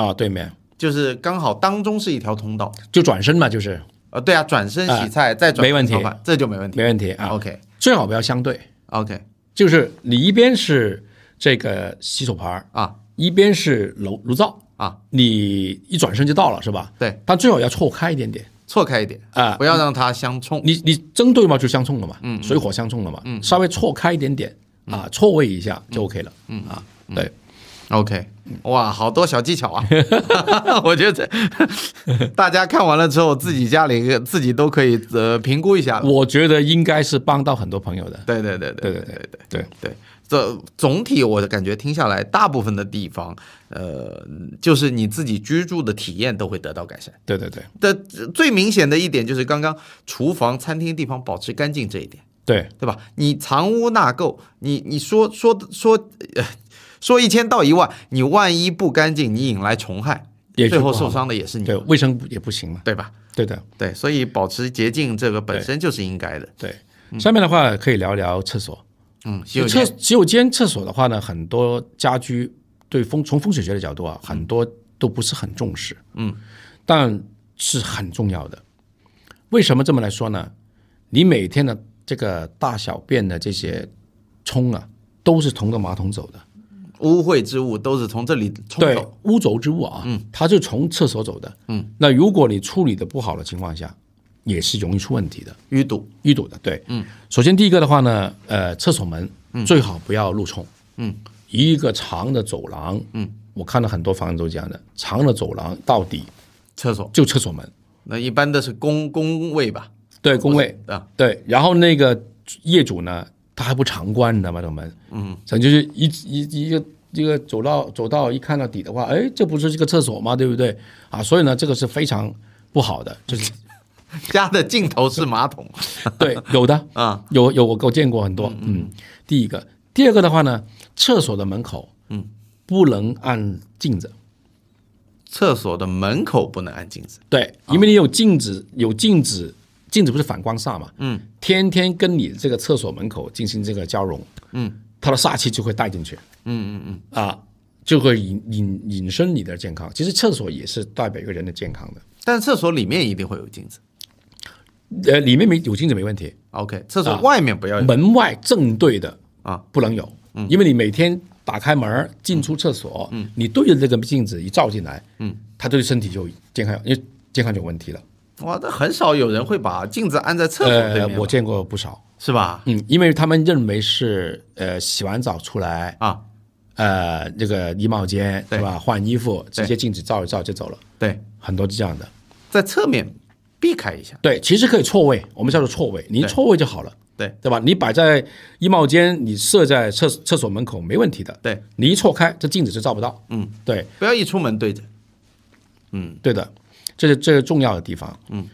啊，对面
就是刚好当中是一条通道。
就转身嘛，就是
呃，对啊，转身洗
哎
菜，再转
没问
身烧
题
饭，这就没问题。
没问题啊。
OK
最好不要相对，
OK
就是你一边是这个洗手盘儿，
啊
一边是炉炉灶，
啊，
你一转身就到了是吧？
对，
但最好要错开一点点。
错开一点
啊
不要让它相冲。
你你针对嘛就相冲了嘛，嗯，水火相冲了嘛，嗯，稍微错开一点点啊，错位一下就 OK 了，嗯啊，对，
OK，哇，好多小技巧啊！ 我觉得这 大家看完了之后，自己家里自己都可以呃评估一下了。
我觉得应该是帮到很多朋友的，
对对对对
对
对对
对，
对，这总体我的感觉听下来，大部分的地方，呃，就是你自己居住的体验都会得到改善。
对对对
的最明显的一点就是刚刚厨房、餐厅地方保持干净这一点。
对
对吧？你藏污纳垢，你你说说说、呃说一千道一万，你万一不干净，你引来虫害，
也
最后
是不好
受伤的也是你，
对，卫生也不行嘛，
对吧？
对的
对，所以保持洁净这个本身就是应该的。
对。下面的话可以聊聊厕所，
嗯，洗手
厕
间
洗手间厕所的话呢，很多家居对风从风水学的角度啊，很多都不是很重视，嗯，但是很重要的。为什么这么来说呢？你每天的这个大小便的这些冲啊，都是从着马桶走的，
污秽之物都是从这里冲
对
走。，
污浊之物啊，嗯，它就从厕所走的，嗯，那如果你处理的不好的情况下，也是容易出问题的。
淤堵，
淤堵的，对，嗯。首先第一个的话呢，呃，厕所门最好不要路冲，嗯，一个长的走廊，嗯，我看到很多房子都这样的，长的走廊到底
厕所
就厕所门，
那一般的是公公卫吧？
对，工位，
啊，
对，然后那个业主呢，他还不常关，你知道吗？这个门，嗯，咱就是一一一个一个走到走到一看到底的话，哎，这不是这个厕所吗？对不对？啊，所以呢，这个是非常不好的，就是
家的尽头是马桶
对，有的，
啊，
有有我我见过很多，嗯，第一个，第二个的话呢，厕所的门口，嗯，不能按镜子，
厕所的门口不能按镜子。
对，因为你有镜子，有镜子，镜子不是反光煞嘛，嗯，天天跟你这个厕所门口进行这个交融，嗯，它的煞气就会带进去，嗯嗯嗯，啊，就会引引引申你的健康。其实厕所也是代表一个人的健康的，
但厕所里面一定会有镜子。
呃，里面没有镜子没问题，
OK，厕所外面不要有。
门外正对的
呃啊，
不能有，因为你每天打开门儿进出厕所，嗯，你对着这个镜子一照进来，嗯，他对身体就健康，因为健康就有问题了。
哇，那很少有人会把镜子安在厕所对
呃，
面，
我见过不少，
是吧？
嗯，因为他们认为是呃洗完澡出来，
啊，
呃这个衣帽间
对
是吧，换衣服直接镜子照一照就走了，
对，
很多是这样的。
在侧面避开一下，
对，其实可以错位，我们叫做错位，你一错位就好了，
对
对吧？你摆在衣帽间，你设在厕厕所门口没问题的，
对，
你一错开，这镜子就照不到。
嗯，
对，
不要一出门对着，
对的，这是这是重要的地方。嗯，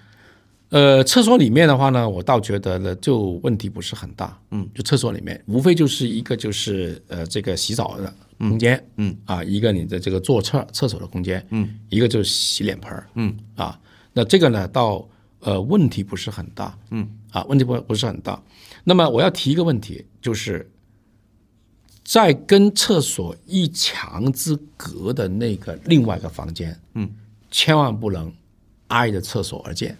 呃，厕所里面的话呢，我倒觉得呢，就问题不是很大。嗯，就厕所里面，无非就是一个就是呃这个洗澡的空间，嗯啊，一个你的这个坐厕厕所的空间，嗯，一个就是洗脸盆嗯啊，那这个呢，到呃问题不是很大，嗯啊，问题不不是很大。那么我要提一个问题，就是。在跟厕所一墙之隔的那个另外一个房间，千万不能挨着厕所而建。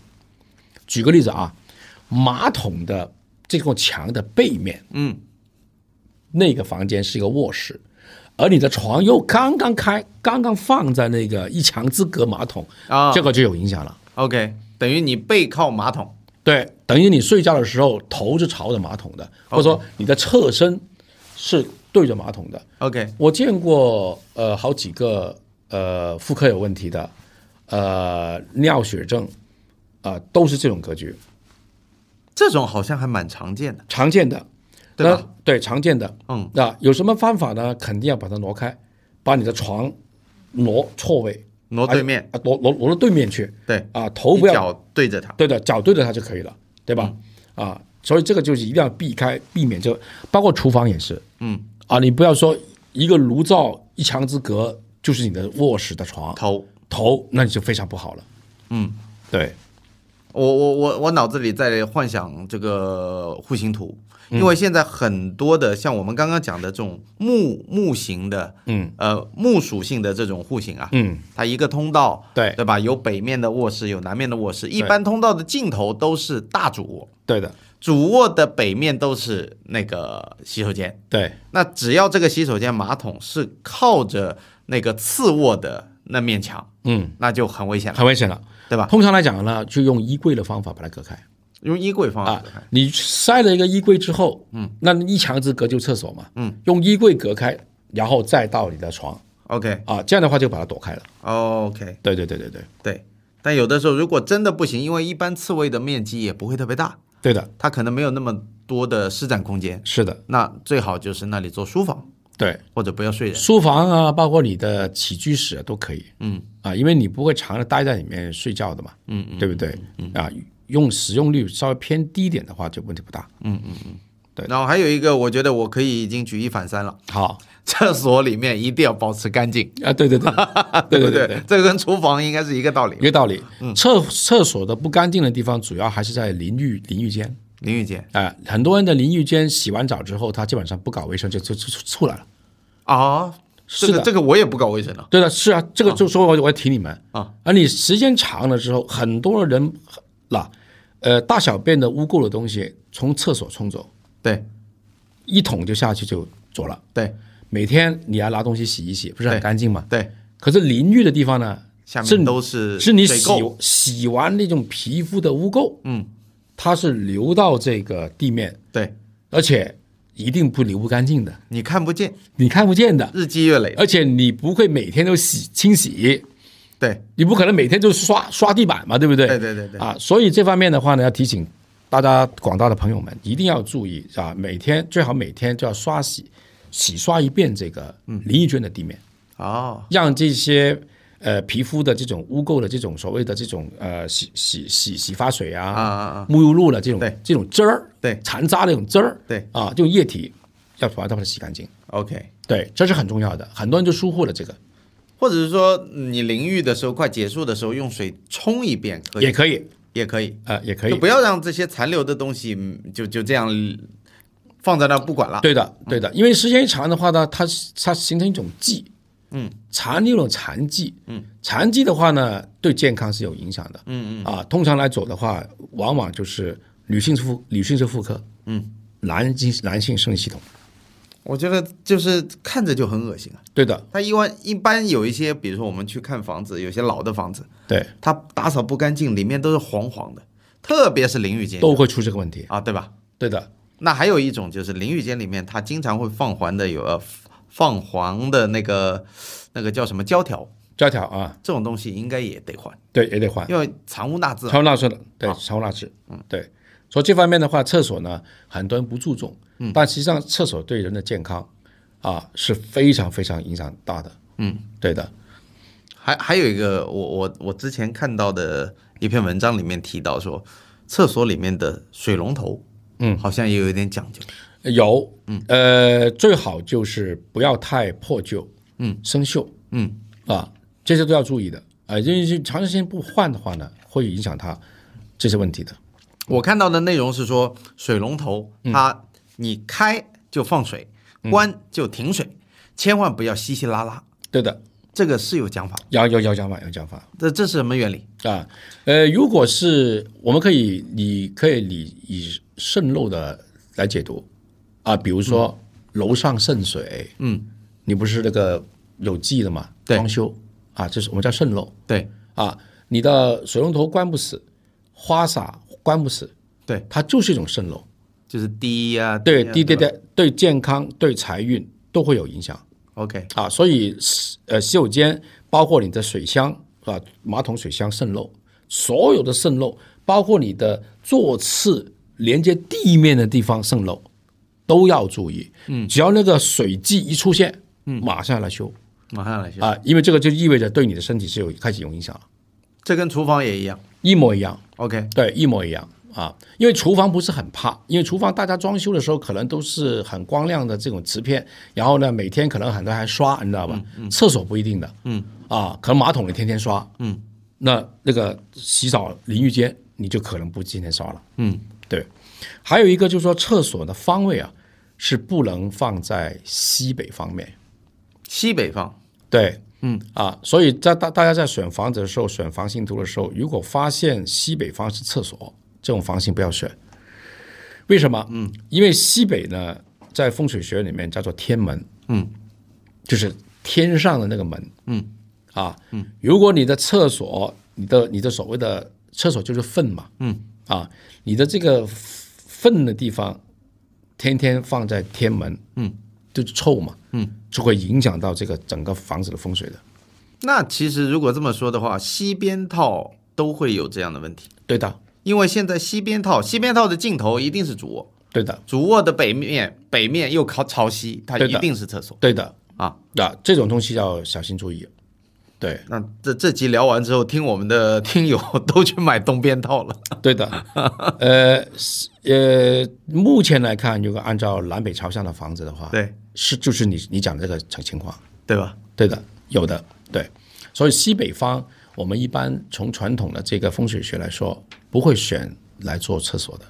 举个例子啊，马桶的这个墙的背面，嗯，那个房间是一个卧室，而你的床又刚刚开，刚刚放在那个一墙之隔马桶
啊
这个就有影响了。
OK，等于你背靠马桶，
对，等于你睡觉的时候头是朝着马桶的，或者说你的侧身是对着马桶的，
OK，
我见过呃好几个呃妇科有问题的，呃尿血症，啊、都是这种格局，
这种好像还蛮常见的，
常见的，
对吧
那？对，常见的。
嗯，
那有什么方法呢？肯定要把它挪开，把你的床挪错位，
挪对面，
啊，挪挪挪到对面去，
对，
啊，头
一
不要，
脚对着它，
对的，脚对着它就可以了，对吧？啊，所以这个就是一定要避开，避免这，包括厨房也是，
嗯，
啊，你不要说一个炉灶一墙之隔就是你的卧室的床，
头。
头，那你就非常不好了。
嗯，
对，
我我我我脑子里在幻想这个户型图，因
嗯
为现在很多的像我们刚刚讲的这种木木型的，
嗯，
呃木属性的这种户型啊，
嗯，
它一个通道，
对
对吧？有北面的卧室，有南面的卧室，一般通道的尽头都是大主卧，
对的，
主卧的北面都是那个洗手间。
对
那只要这个洗手间马桶是靠着那个次卧的那面墙，
嗯，
那就很危险了，
很危险了。
对吧？
通常来讲呢，就用衣柜的方法把它隔开
用衣柜方
啊
案。。
你塞了一个衣柜之后，嗯，那一墙之隔就厕所嘛，嗯，用衣柜隔开，然后再到你的床
OK
啊，这样的话就把它躲开了。
OK，
对对对对对，
对。但有的时候如果真的不行，因为一般刺猬的面积也不会特别大，
对的，
它可能没有那么多的施展空间，
是的，
那最好就是那里做书房
对，
或者不要睡人。
书房啊，包括你的起居室啊都可以，
嗯
啊，因为你不会常常待在里面睡觉的嘛，嗯嗯，对不对？啊，用使用率稍微偏低一点的话，就问题不大。对
然后还有一个，我觉得我可以已经举一反三了，
好
厕所里面一定要保持干净，
啊，对对 对，对
不
对嗯对对。
这个跟厨房应该是一个道理
一。个道理。厕厕所的不干净的地方，主要还是在淋浴淋浴间
林雨姐，
啊、很多人的淋浴间洗完澡之后，他基本上不搞卫生就就就就出来了。
啊，这
是
个
的
这个我也不搞卫生了
对的，是啊，这个就说我我要提你们
啊。
而你时间长了之后，很多人啦，呃，大小便的污垢的东西从厕所冲走，
对
一桶就下去就走了。
对
每天你要拿东西洗一洗，不是很
对
干净吗？
对，
可是淋浴的地方呢，
下
是
面
你
都是
是你
水
洗
垢
洗完那种皮肤的污垢，
嗯，
它是流到这个地面，
对，
而且一定不流不干净的，
你看不见，
你看不见的，
日积月累。
而且你不会每天都洗清洗，
对
你不可能每天就刷刷地板嘛，对不对？
对对对对，
啊，所以这方面的话呢，要提醒大家广大的朋友们一定要注意啊，每天最好每天就要刷洗洗刷一遍这个
嗯
淋浴间的地面。
哦，
让这些呃皮肤的这种污垢的这种所谓的这种呃洗洗洗洗发水
啊
啊、
啊啊，
沐浴露的这种
对
这种汁儿、
对
残渣的这种汁儿，
对
啊，这种液体要把它把它洗干净。
，OK。
对，这是很重要的，很多人就疏忽了这个，
或者是说，你淋浴的时候快结束的时候，用水冲一遍可以，
也可以，
也可以，
呃，也可
就
以，
不要让这些残留的东西嗯就就这样放在那儿不管了。
对的，对的，因为时间一长的话呢，它它形成一种剂，嗯，残留一种残剂，嗯，残剂的话呢，对健康是有影响的，嗯嗯，啊，通常来走的话，往往就是女性是妇女性是妇科，嗯，男性男性生理系统，
我觉得就是看着就很恶心啊。
对的，
它一般一般有一些，比如说我们去看房子，有些老的房子，
对，
它打扫不干净，里面都是黄黄的，特别是淋浴间
都会出这个问题。
啊，对吧？
对的，
那还有一种就是淋浴间里面，它经常会放黄的有呃放黄的那个那个叫什么胶条，
胶条啊，
这种东西应该也得换，
对也得换，
因为藏污纳渍啊。
超纳税的，对，超纳税，嗯，对。所以这方面的话，厕所呢，很多人不注重，嗯，但实际上厕所对人的健康啊是非常非常影响大的，嗯，对的，
还还有一个，我我我之前看到的一篇文章里面提到说，厕所里面的水龙头，嗯，好像也有一点讲究。
有，嗯，呃，最好就是不要太破旧，嗯，生锈，嗯，啊，这些都要注意的，啊、因为是长时间不换的话呢，会影响它这些问题的，
我看到的内容是说，水龙头它你开就放水，关就停水，千万不要稀稀拉拉，
对的，
这个是有讲法。
要要要讲法，要讲法。
这这是什么原理？
啊，呃，如果是我们可以，你可以理以渗漏的来解读啊，比如说楼上渗水，嗯，你不是那个有记的嘛，
对
装修啊，这是我们叫渗漏
对
啊，你的水龙头关不死，花洒关不死，
对，
它就是一种渗漏，
就是滴呀、
对，
呀
对对
吧
对，对健康、对财运都会有影响。
OK，
啊，所以洗呃洗手间包括你的水箱啊，马桶水箱渗漏，所有的渗漏，包括你的座次连接地面的地方渗漏，都要注意。嗯，只要那个水迹一出现，嗯，马上来修
马上来修。
啊，因为这个就意味着对你的身体是有开始有影响了，
这跟厨房也一样。
一模一样。
OK，
对，一模一样啊。因为厨房不是很怕，因为厨房大家装修的时候可能都是很光亮的这种瓷片，然后呢，每天可能很多人还刷，你知道吧？厕所不一定的，嗯，啊，可能马桶你天天刷，嗯，那那个洗澡淋浴间你就可能不天天刷了，嗯，对。还有一个就是说，厕所的方位啊是不能放在西北方面，
西北方
对，嗯啊，所以在大大家在选房子的时候，选房型图的时候，如果发现西北方是厕所，这种房型不要选。为什么？嗯，因为西北呢，在风水学里面叫做天门，嗯，就是天上的那个门，嗯啊，嗯，如果你的厕所，你的你的所谓的厕所就是粪嘛，嗯啊，你的这个粪的地方，天天放在天门，嗯，就是臭嘛，嗯，就会影响到这个整个房子的风水的。
那其实如果这么说的话，西边套都会有这样的问题，
对的，
因为现在西边套，西边套的尽头一定是主卧，
对的，
主卧的北面，北面又靠朝西，它
对
一
的
定是厕所
对的，
啊。
那、这种东西要小心注意。对，
那这这集聊完之后，听我们的听友 都去买东边套了。
对的，呃是呃，目前来看，如果按照南北朝向的房子的话，
对
是就是你你讲的这个情情况，
对吧？
对的，有的，对。所以西北方，我们一般从传统的这个风水学来说，不会选来做厕所的。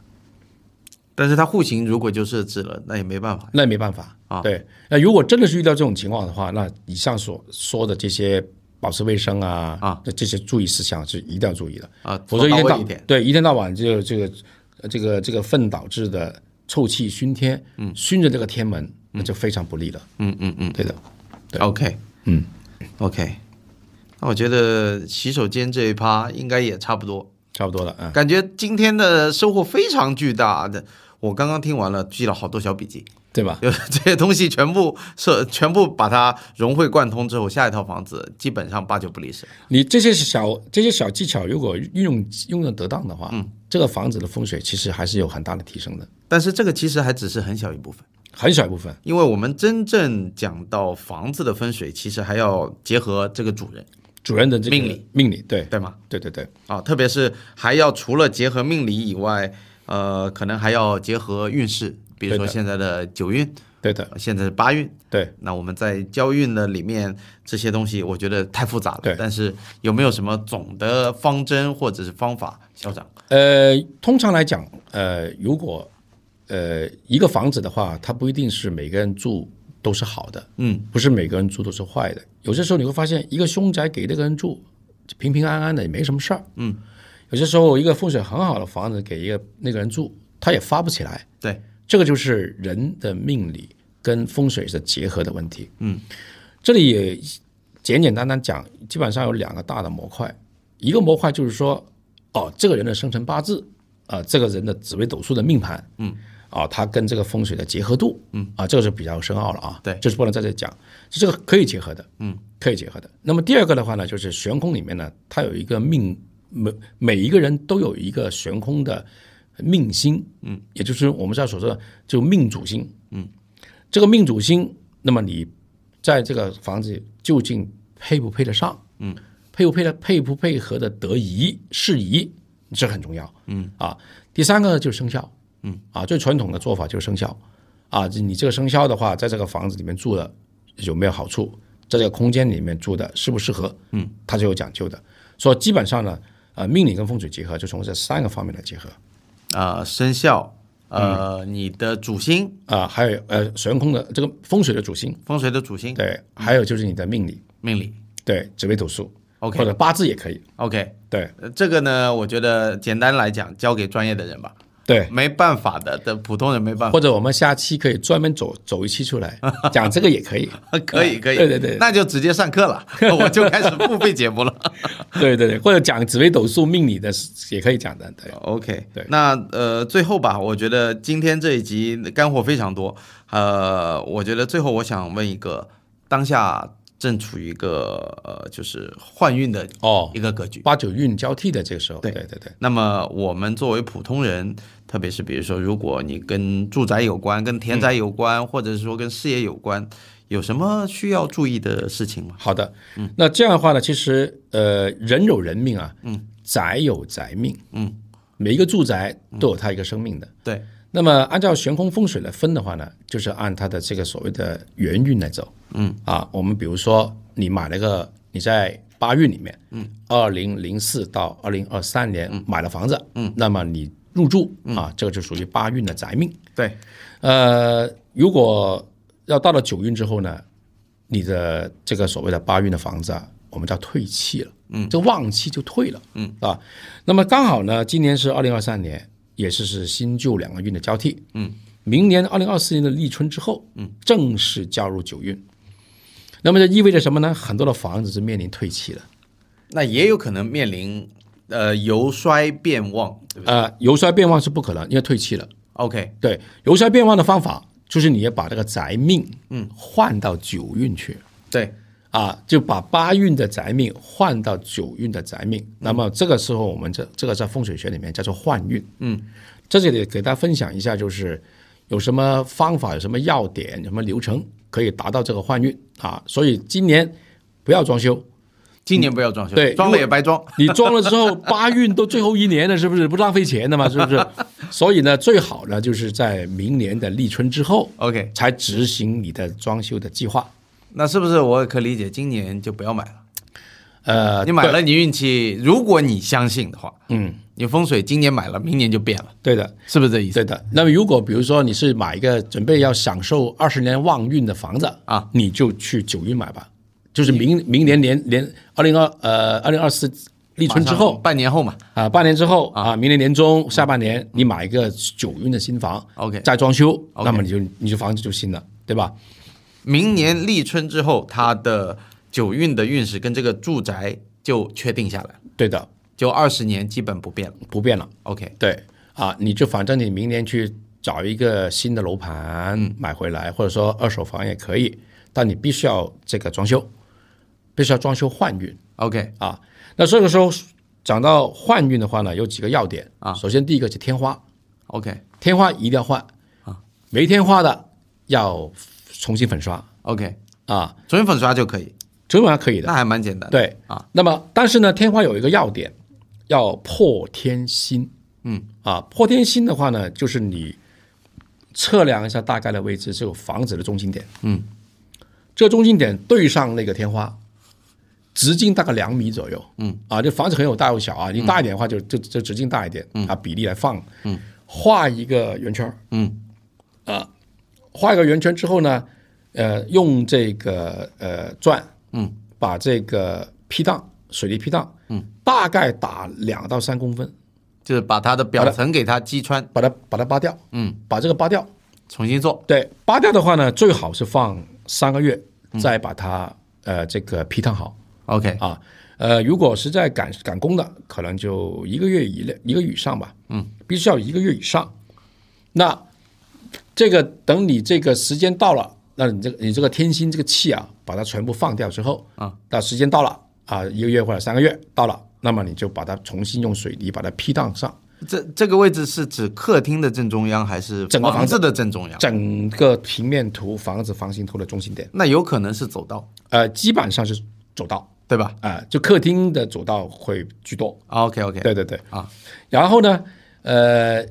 但是它户型如果就设置了，那也没办法。
那也没办法啊。对，那如果真的是遇到这种情况的话，那以上所说的这些保持卫生啊
啊，
这这些注意事项是一定要注意的
啊
否则一天
做到
到
位一点
对一天到晚就这个这个这个粪导致的臭气熏天，嗯，熏着这个天门，那就非常不利了。
嗯嗯嗯
对的，
，OK，
嗯
，OK。那我觉得洗手间这一趴应该也差不多，
差不多了啊。
感觉今天的收获非常巨大的。我刚刚听完了，记了好多小笔记，
对吧？
就是这些东西全部设，全部把它融会贯通之后，下一套房子基本上八九不离十。
你这些小这些小技巧，如果运用用的得当的话，嗯，这个房子的风水其实还是有很大的提升的，
但是这个其实还只是很小一部分。
很小一部分。
因为我们真正讲到房子的分水，其实还要结合这个主人，
主人的这个
命理，
命理，对
对吗？
对对对，
啊，特别是还要除了结合命理以外，呃，可能还要结合运势，比如说
对的
现在的九运，
对的，
现在是八运。
对。
那我们在交运的里面这些东西，我觉得太复杂了
对。
但是有没有什么总的方针或者是方法，校长？
呃，通常来讲，呃，如果呃一个房子的话，它不一定是每个人住都是好的，
嗯，
不是每个人住都是坏的。有些时候你会发现，一个凶宅给那个人住，平平安安的也没什么事儿，嗯。有些时候，一个风水很好的房子给一个那个人住，他也发不起来，
对
这个就是人的命理跟风水是结合的问题。嗯，这里也简简单单讲，基本上有两个大的模块，一个模块就是说，哦，这个人的生辰八字啊、这个人的紫微斗数的命盘，嗯，啊，它跟这个风水的结合度，嗯，啊，这个是比较深奥了啊，
对
这是不能在这里讲，这个可以结合的，嗯，可以结合的。那么第二个的话呢，就是悬空里面呢，它有一个命，每每一个人都有一个悬空的命星，嗯，也就是我们现在所说的就命主星，嗯这个命主星，那么你在这个房子究竟配不配得上？嗯，配不配得配不配合的得宜适宜，这很重要。嗯啊，第三个就是生肖。嗯啊，最传统的做法就是生肖啊，这你这个生肖的话，在这个房子里面住的有没有好处？在这个空间里面住的适不适合？嗯，它是有讲究的。所以基本上呢，呃，命理跟风水结合，就从这三个方面来结合。
呃，生肖，呃，
嗯
你的主星，
啊、还有呃，悬空的这个风水的主星，
风水的主星，
对，还有就是你的命理，
命理。
对，紫微斗数
OK
或者八字也可以。
OK，
对
呃这个呢，我觉得简单来讲，交给专业的人吧，
对，
没办法的，的普通人没办法。
或者我们下期可以专门走走一期出来讲这个也可 以。
可以可以，
对对对
那就直接上课 了，我就开始付费节目了。
对对对，或者讲紫微斗数命理的也可以讲的。 对，
OK，
对
那呃，最后吧，我觉得今天这一集干货非常多。呃，我觉得最后我想问一个，当下正处于一个呃，就是换运的
哦，
一个格局。
八九运交替的这个时候，
对
对对对
那么我们作为普通人，特别是比如说，如果你跟住宅有关、跟田宅有关，或者是说跟事业有关，有什么需要注意的事情吗？
好的，
嗯
那这样的话呢，其实呃，人有人命啊，嗯，宅有宅命，
嗯，
每一个住宅都有它一个生命的。
对，
那么按照悬空风水来分的话呢，就是按它的这个所谓的元运来走。嗯啊，我们比如说你买了个你在八运里面，嗯，二零零四到二零二三年买了房子，嗯，那么你入住啊，这个就属于八运的宅命。
对，
呃，如果要到了九运之后呢，你的这个所谓的八运的房子啊，我们叫退气了，嗯，这旺气就退了，嗯啊，那么刚好呢，今年是二零二三年，也是是新旧两个运的交替，嗯，明年二零二四年的立春之后，嗯，正式加入九运，那么这意味着什么呢？很多的房子是面临退气了。
那也有可能面临呃由衰变旺，对不对
呃，由衰变旺是不可能，因为退气了。
？OK，
对，由衰变旺的方法就是你要把这个宅命，嗯，换到九运去。
对，
啊，就把八运的宅命换到九运的宅命，那么这个时候我们这这个在风水学里面叫做换运。嗯，在这里给大家分享一下，就是有什么方法、有什么要点、有什么流程可以达到这个换运啊。所以今年不要装修，
今年不要装修，
对
装了也白装。
你装了之 后八运都最后一年了，是不是不浪费钱的嘛？是不是？所以呢，最好呢就是在明年的立春之后
OK，
才执行你的装修的计划。
那是不是我也可以理解今年就不要买了？
呃，
你买了你运气，如果你相信的话，嗯，你风水今年买了，明年就变了，
对的，
是不是这意思？
对的。那么如果比如说你是买一个准备要享受二十年旺运的房子
啊，
你就去九运买吧，就是明明年年年二零二呃二零二四立春之
马上
后
半年后嘛，
啊，半年之后啊，明年年中下半年你买一个九运的新房
OK
再装修，
OK
那么你就你就房子就新了，对吧？
明年立春之后，它的九运的运势跟这个住宅就确定下来了，
对的，
就二十年基本不变了。
不变了。
OK，
对啊，你就反正你明年去找一个新的楼盘买回来，或者说二手房也可以，但你必须要这个装修，必须要装修换运。
OK，
啊。那这个时候讲到换运的话呢，有几个要点啊。首先第一个是天花，
OK，
天花一定要换啊，没天花的要重新粉刷
OK，
啊，
纯粉刷就可以，
基本上可以的。
那还蛮简单的。
对
啊，
那么但是呢，天花有一个要点，要破天心。嗯啊，破天心的话呢，就是你测量一下大概的位置，是有房子的中心点。嗯，这个中心点对上那个天花，直径大概两米左右。嗯啊，这房子很有大有小啊，你大一点的话就就就直径大一点，啊比例来放。嗯，画一个圆圈。嗯啊，画一个圆圈之后呢，呃，用这个呃钻，嗯，把这个批荡水泥批荡，嗯，大概打两到三公分，
就是把它的表层给它击穿。
把它把它扒掉，嗯，把这个扒掉，
重新做。
对，扒掉的话呢，最好是放三个月，再把它呃这个皮烫好
OK，
啊。呃，如果是在赶赶工的，可能就一个月以内，一个月以上吧。嗯，必须要一个月以上。那这个等你这个时间到了，那你这个你这个天心这个气啊，把它全部放掉之后，啊，那时间到了啊，一个月或者三个月到了，那么你就把它重新用水泥把它批荡上，
这这个位置是指客厅的正中央，还是
整个
房
房子
子的正中央？
整个平面图房子房型图的中心点，
那有可能是走道，
呃，基本上是走道
对吧
啊、就客厅的走道会居多。
？OK OK，
对对对
啊。
然后呢，呃，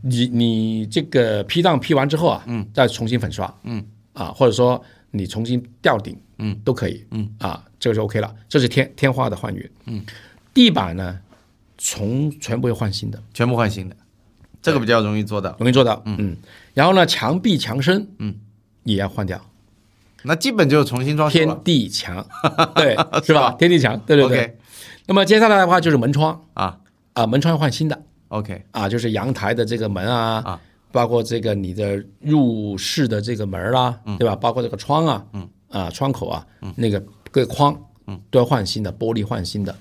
你你这个批档批完之后啊，嗯，再重新粉刷，嗯，啊，或者说你重新吊顶，嗯，都可以，嗯，啊，这个就 OK 了。这是天天花的换云，嗯，地板呢，从全部会换新的，
全部换新的，这个比较容易做到。
容易做到，嗯然后呢，墙壁墙身，嗯，啊也要换掉，
那基本就是重新装修了
天地墙，对， 是吧？天地墙，对对对。
OK
那么接下来的话就是门窗
啊。
啊，门窗要换新的，
OK，
啊，就是阳台的这个门啊，
啊
包括这个你的入室的这个门啦、对吧？包括这个窗啊，嗯，啊窗口啊，嗯，那个各框，嗯，都要换新的，玻璃换新的。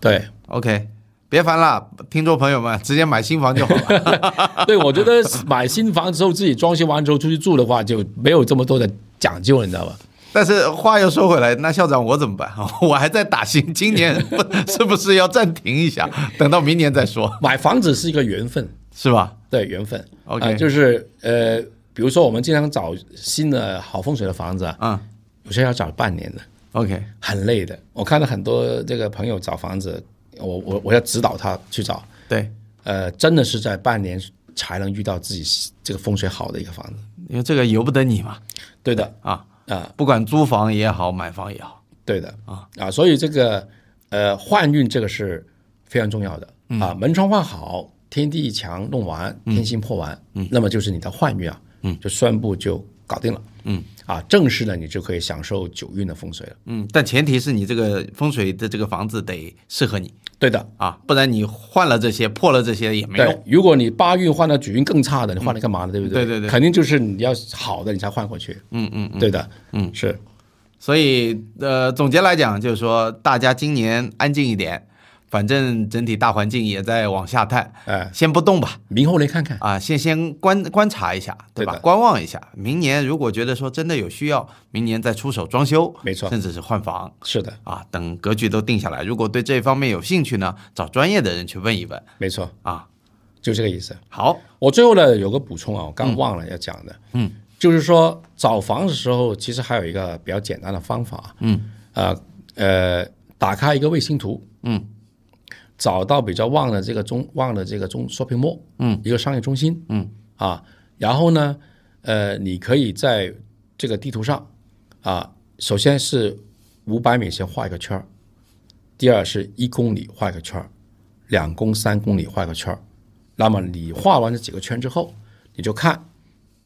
对，
OK，别烦了，听众朋友们，直接买新房就好 了。
对我觉 得买新房之后自己装修完之后出去住的话，就没有这么多的讲究了，你知道吧？
但是话又说回来，那校长我怎么办？ 我还在打新，今年不是不是要暂停一下，等到明年再说，
买房子是一个缘分，
是吧？
对缘分。
OK
啊就是呃，比如说我们经常找新的好风水的房子，啊，
嗯
有些要找半年的。
，OK，
很累的。我看到很多这个朋友找房子，我我我要指导他去找，
对，
呃，真的是在半年才能遇到自己这个风水好的一个房子。
因为这个由不得你嘛，
对的，
啊
啊，
不管租房也好，买房也好，
对的啊啊，所以这个呃换运这个是非常重要的、啊，门窗换好，天地墙弄完，天心破完，嗯，那么就是你的换运啊，嗯，就宣布就搞定了，嗯啊，正式呢你就可以享受九运的风水了。
嗯，但前提是你这个风水的这个房子得适合你
对的，
啊，不然你换了这些破了这些也没
对
用。，
如果你八运换到九运更差的，你换来干嘛呢？对不嗯对
对对对
肯定就是你要好的，你才换回去。嗯嗯，对的，嗯是，
所以呃，总结来讲就是说，大家今年安静一点，反正整体大环境也在往下探，
哎，
先不动吧。
明后来看看。
啊，先先观观察一下，对吧？
对的
观望一下，明年如果觉得说真的有需要，明年再出手装修，
没错
甚至是换房
是的，
啊，等格局都定下来。如果对这方面有兴趣呢，找专业的人去问一问
没错，
啊。
就这个意思。
好，
我最后呢有个补充啊，我刚忘了要讲的，嗯，就是说找房的时候，其实还有一个比较简单的方法，嗯，呃呃，打开一个卫星图，嗯，找到比较旺的这个中旺的这个中 shopping mall，嗯，一个商业中心，嗯啊，然后呢，呃，你可以在这个地图上啊，首先是五百米先画一个圈儿，第二是一公里画一个圈儿，两公三公里画一个圈儿。那么你画完这几个圈之后，你就看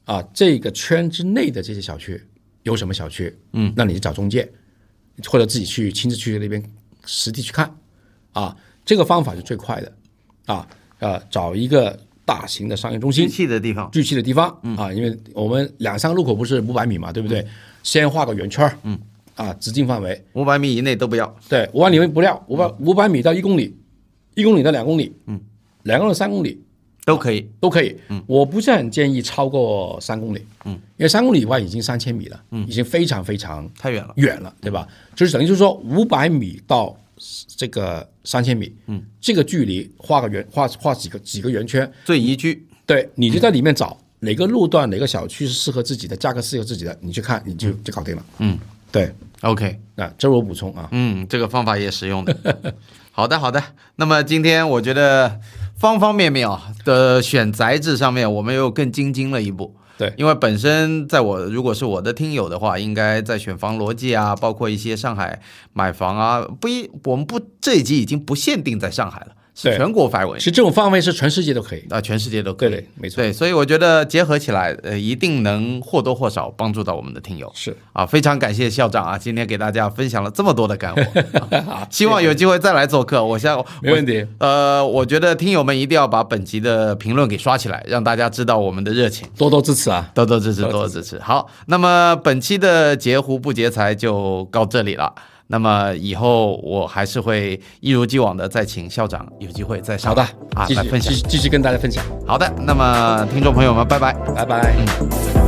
啊，这个圈之内的这些小区有什么小区，嗯，那你就找中介，或者自己去亲自去那边实地去看啊，这个方法是最快的啊，呃，找一个大型的商业中心
机，器的地方，
聚集的地方、啊，因为我们两三个路口不是五百米嘛，对不对？先画个圆圈儿，嗯，啊，直径范围，
五百米以内都不要。
对，五百米不料，五百五百米到一公里，一公里到两公里，嗯，两公里到三公里
都可以，
都可以，嗯，我不是很建议超过三公里，嗯，因为三公里以外已经三千米了，嗯，已经非常非常
太远了。
远了，对吧？就是等于就是说五百米到这个三千米，嗯，这个距离画个圆，画画几个几个圆圈，
最宜居，
对，你就在里面找哪个路段、哪个小区是适合自己的，价格适合自己的，你去看，你就就搞定了。嗯，对，
OK，
啊，这是我补充啊。
嗯，这个方法也实用的。 好的，好的。那么今天我觉得方方面面啊的选宅制上面，我们又更精进了一步。
对
因为本身在我如果是我的听友的话，应该在选房逻辑啊，包括一些上海买房啊，不一我们不这一集已经不限定在上海了，是
对
全国范围
其实这种范围是全世界都可以。
啊，全世界都可
对
以。
对，没错，
对，所以我觉得结合起来，呃，一定能或多或少帮助到我们的听友
是。
啊！非常感谢校长啊，今天给大家分享了这么多的干 货，啊希望有机会再来做客。我想，
没问题，
呃，我觉得听友们一定要把本集的评论给刷起来，让大家知道我们的热情。
多多支持啊！
多多支持，多多支持。好，那么本期的截胡不劫财就到这里了。那么以后我还是会一如既往的再请校长有机会再上
好的
来啊
继
来
续
分
继
享。
续继续跟大家分享，
好的，那么听众朋友们，拜拜。
拜拜。
嗯。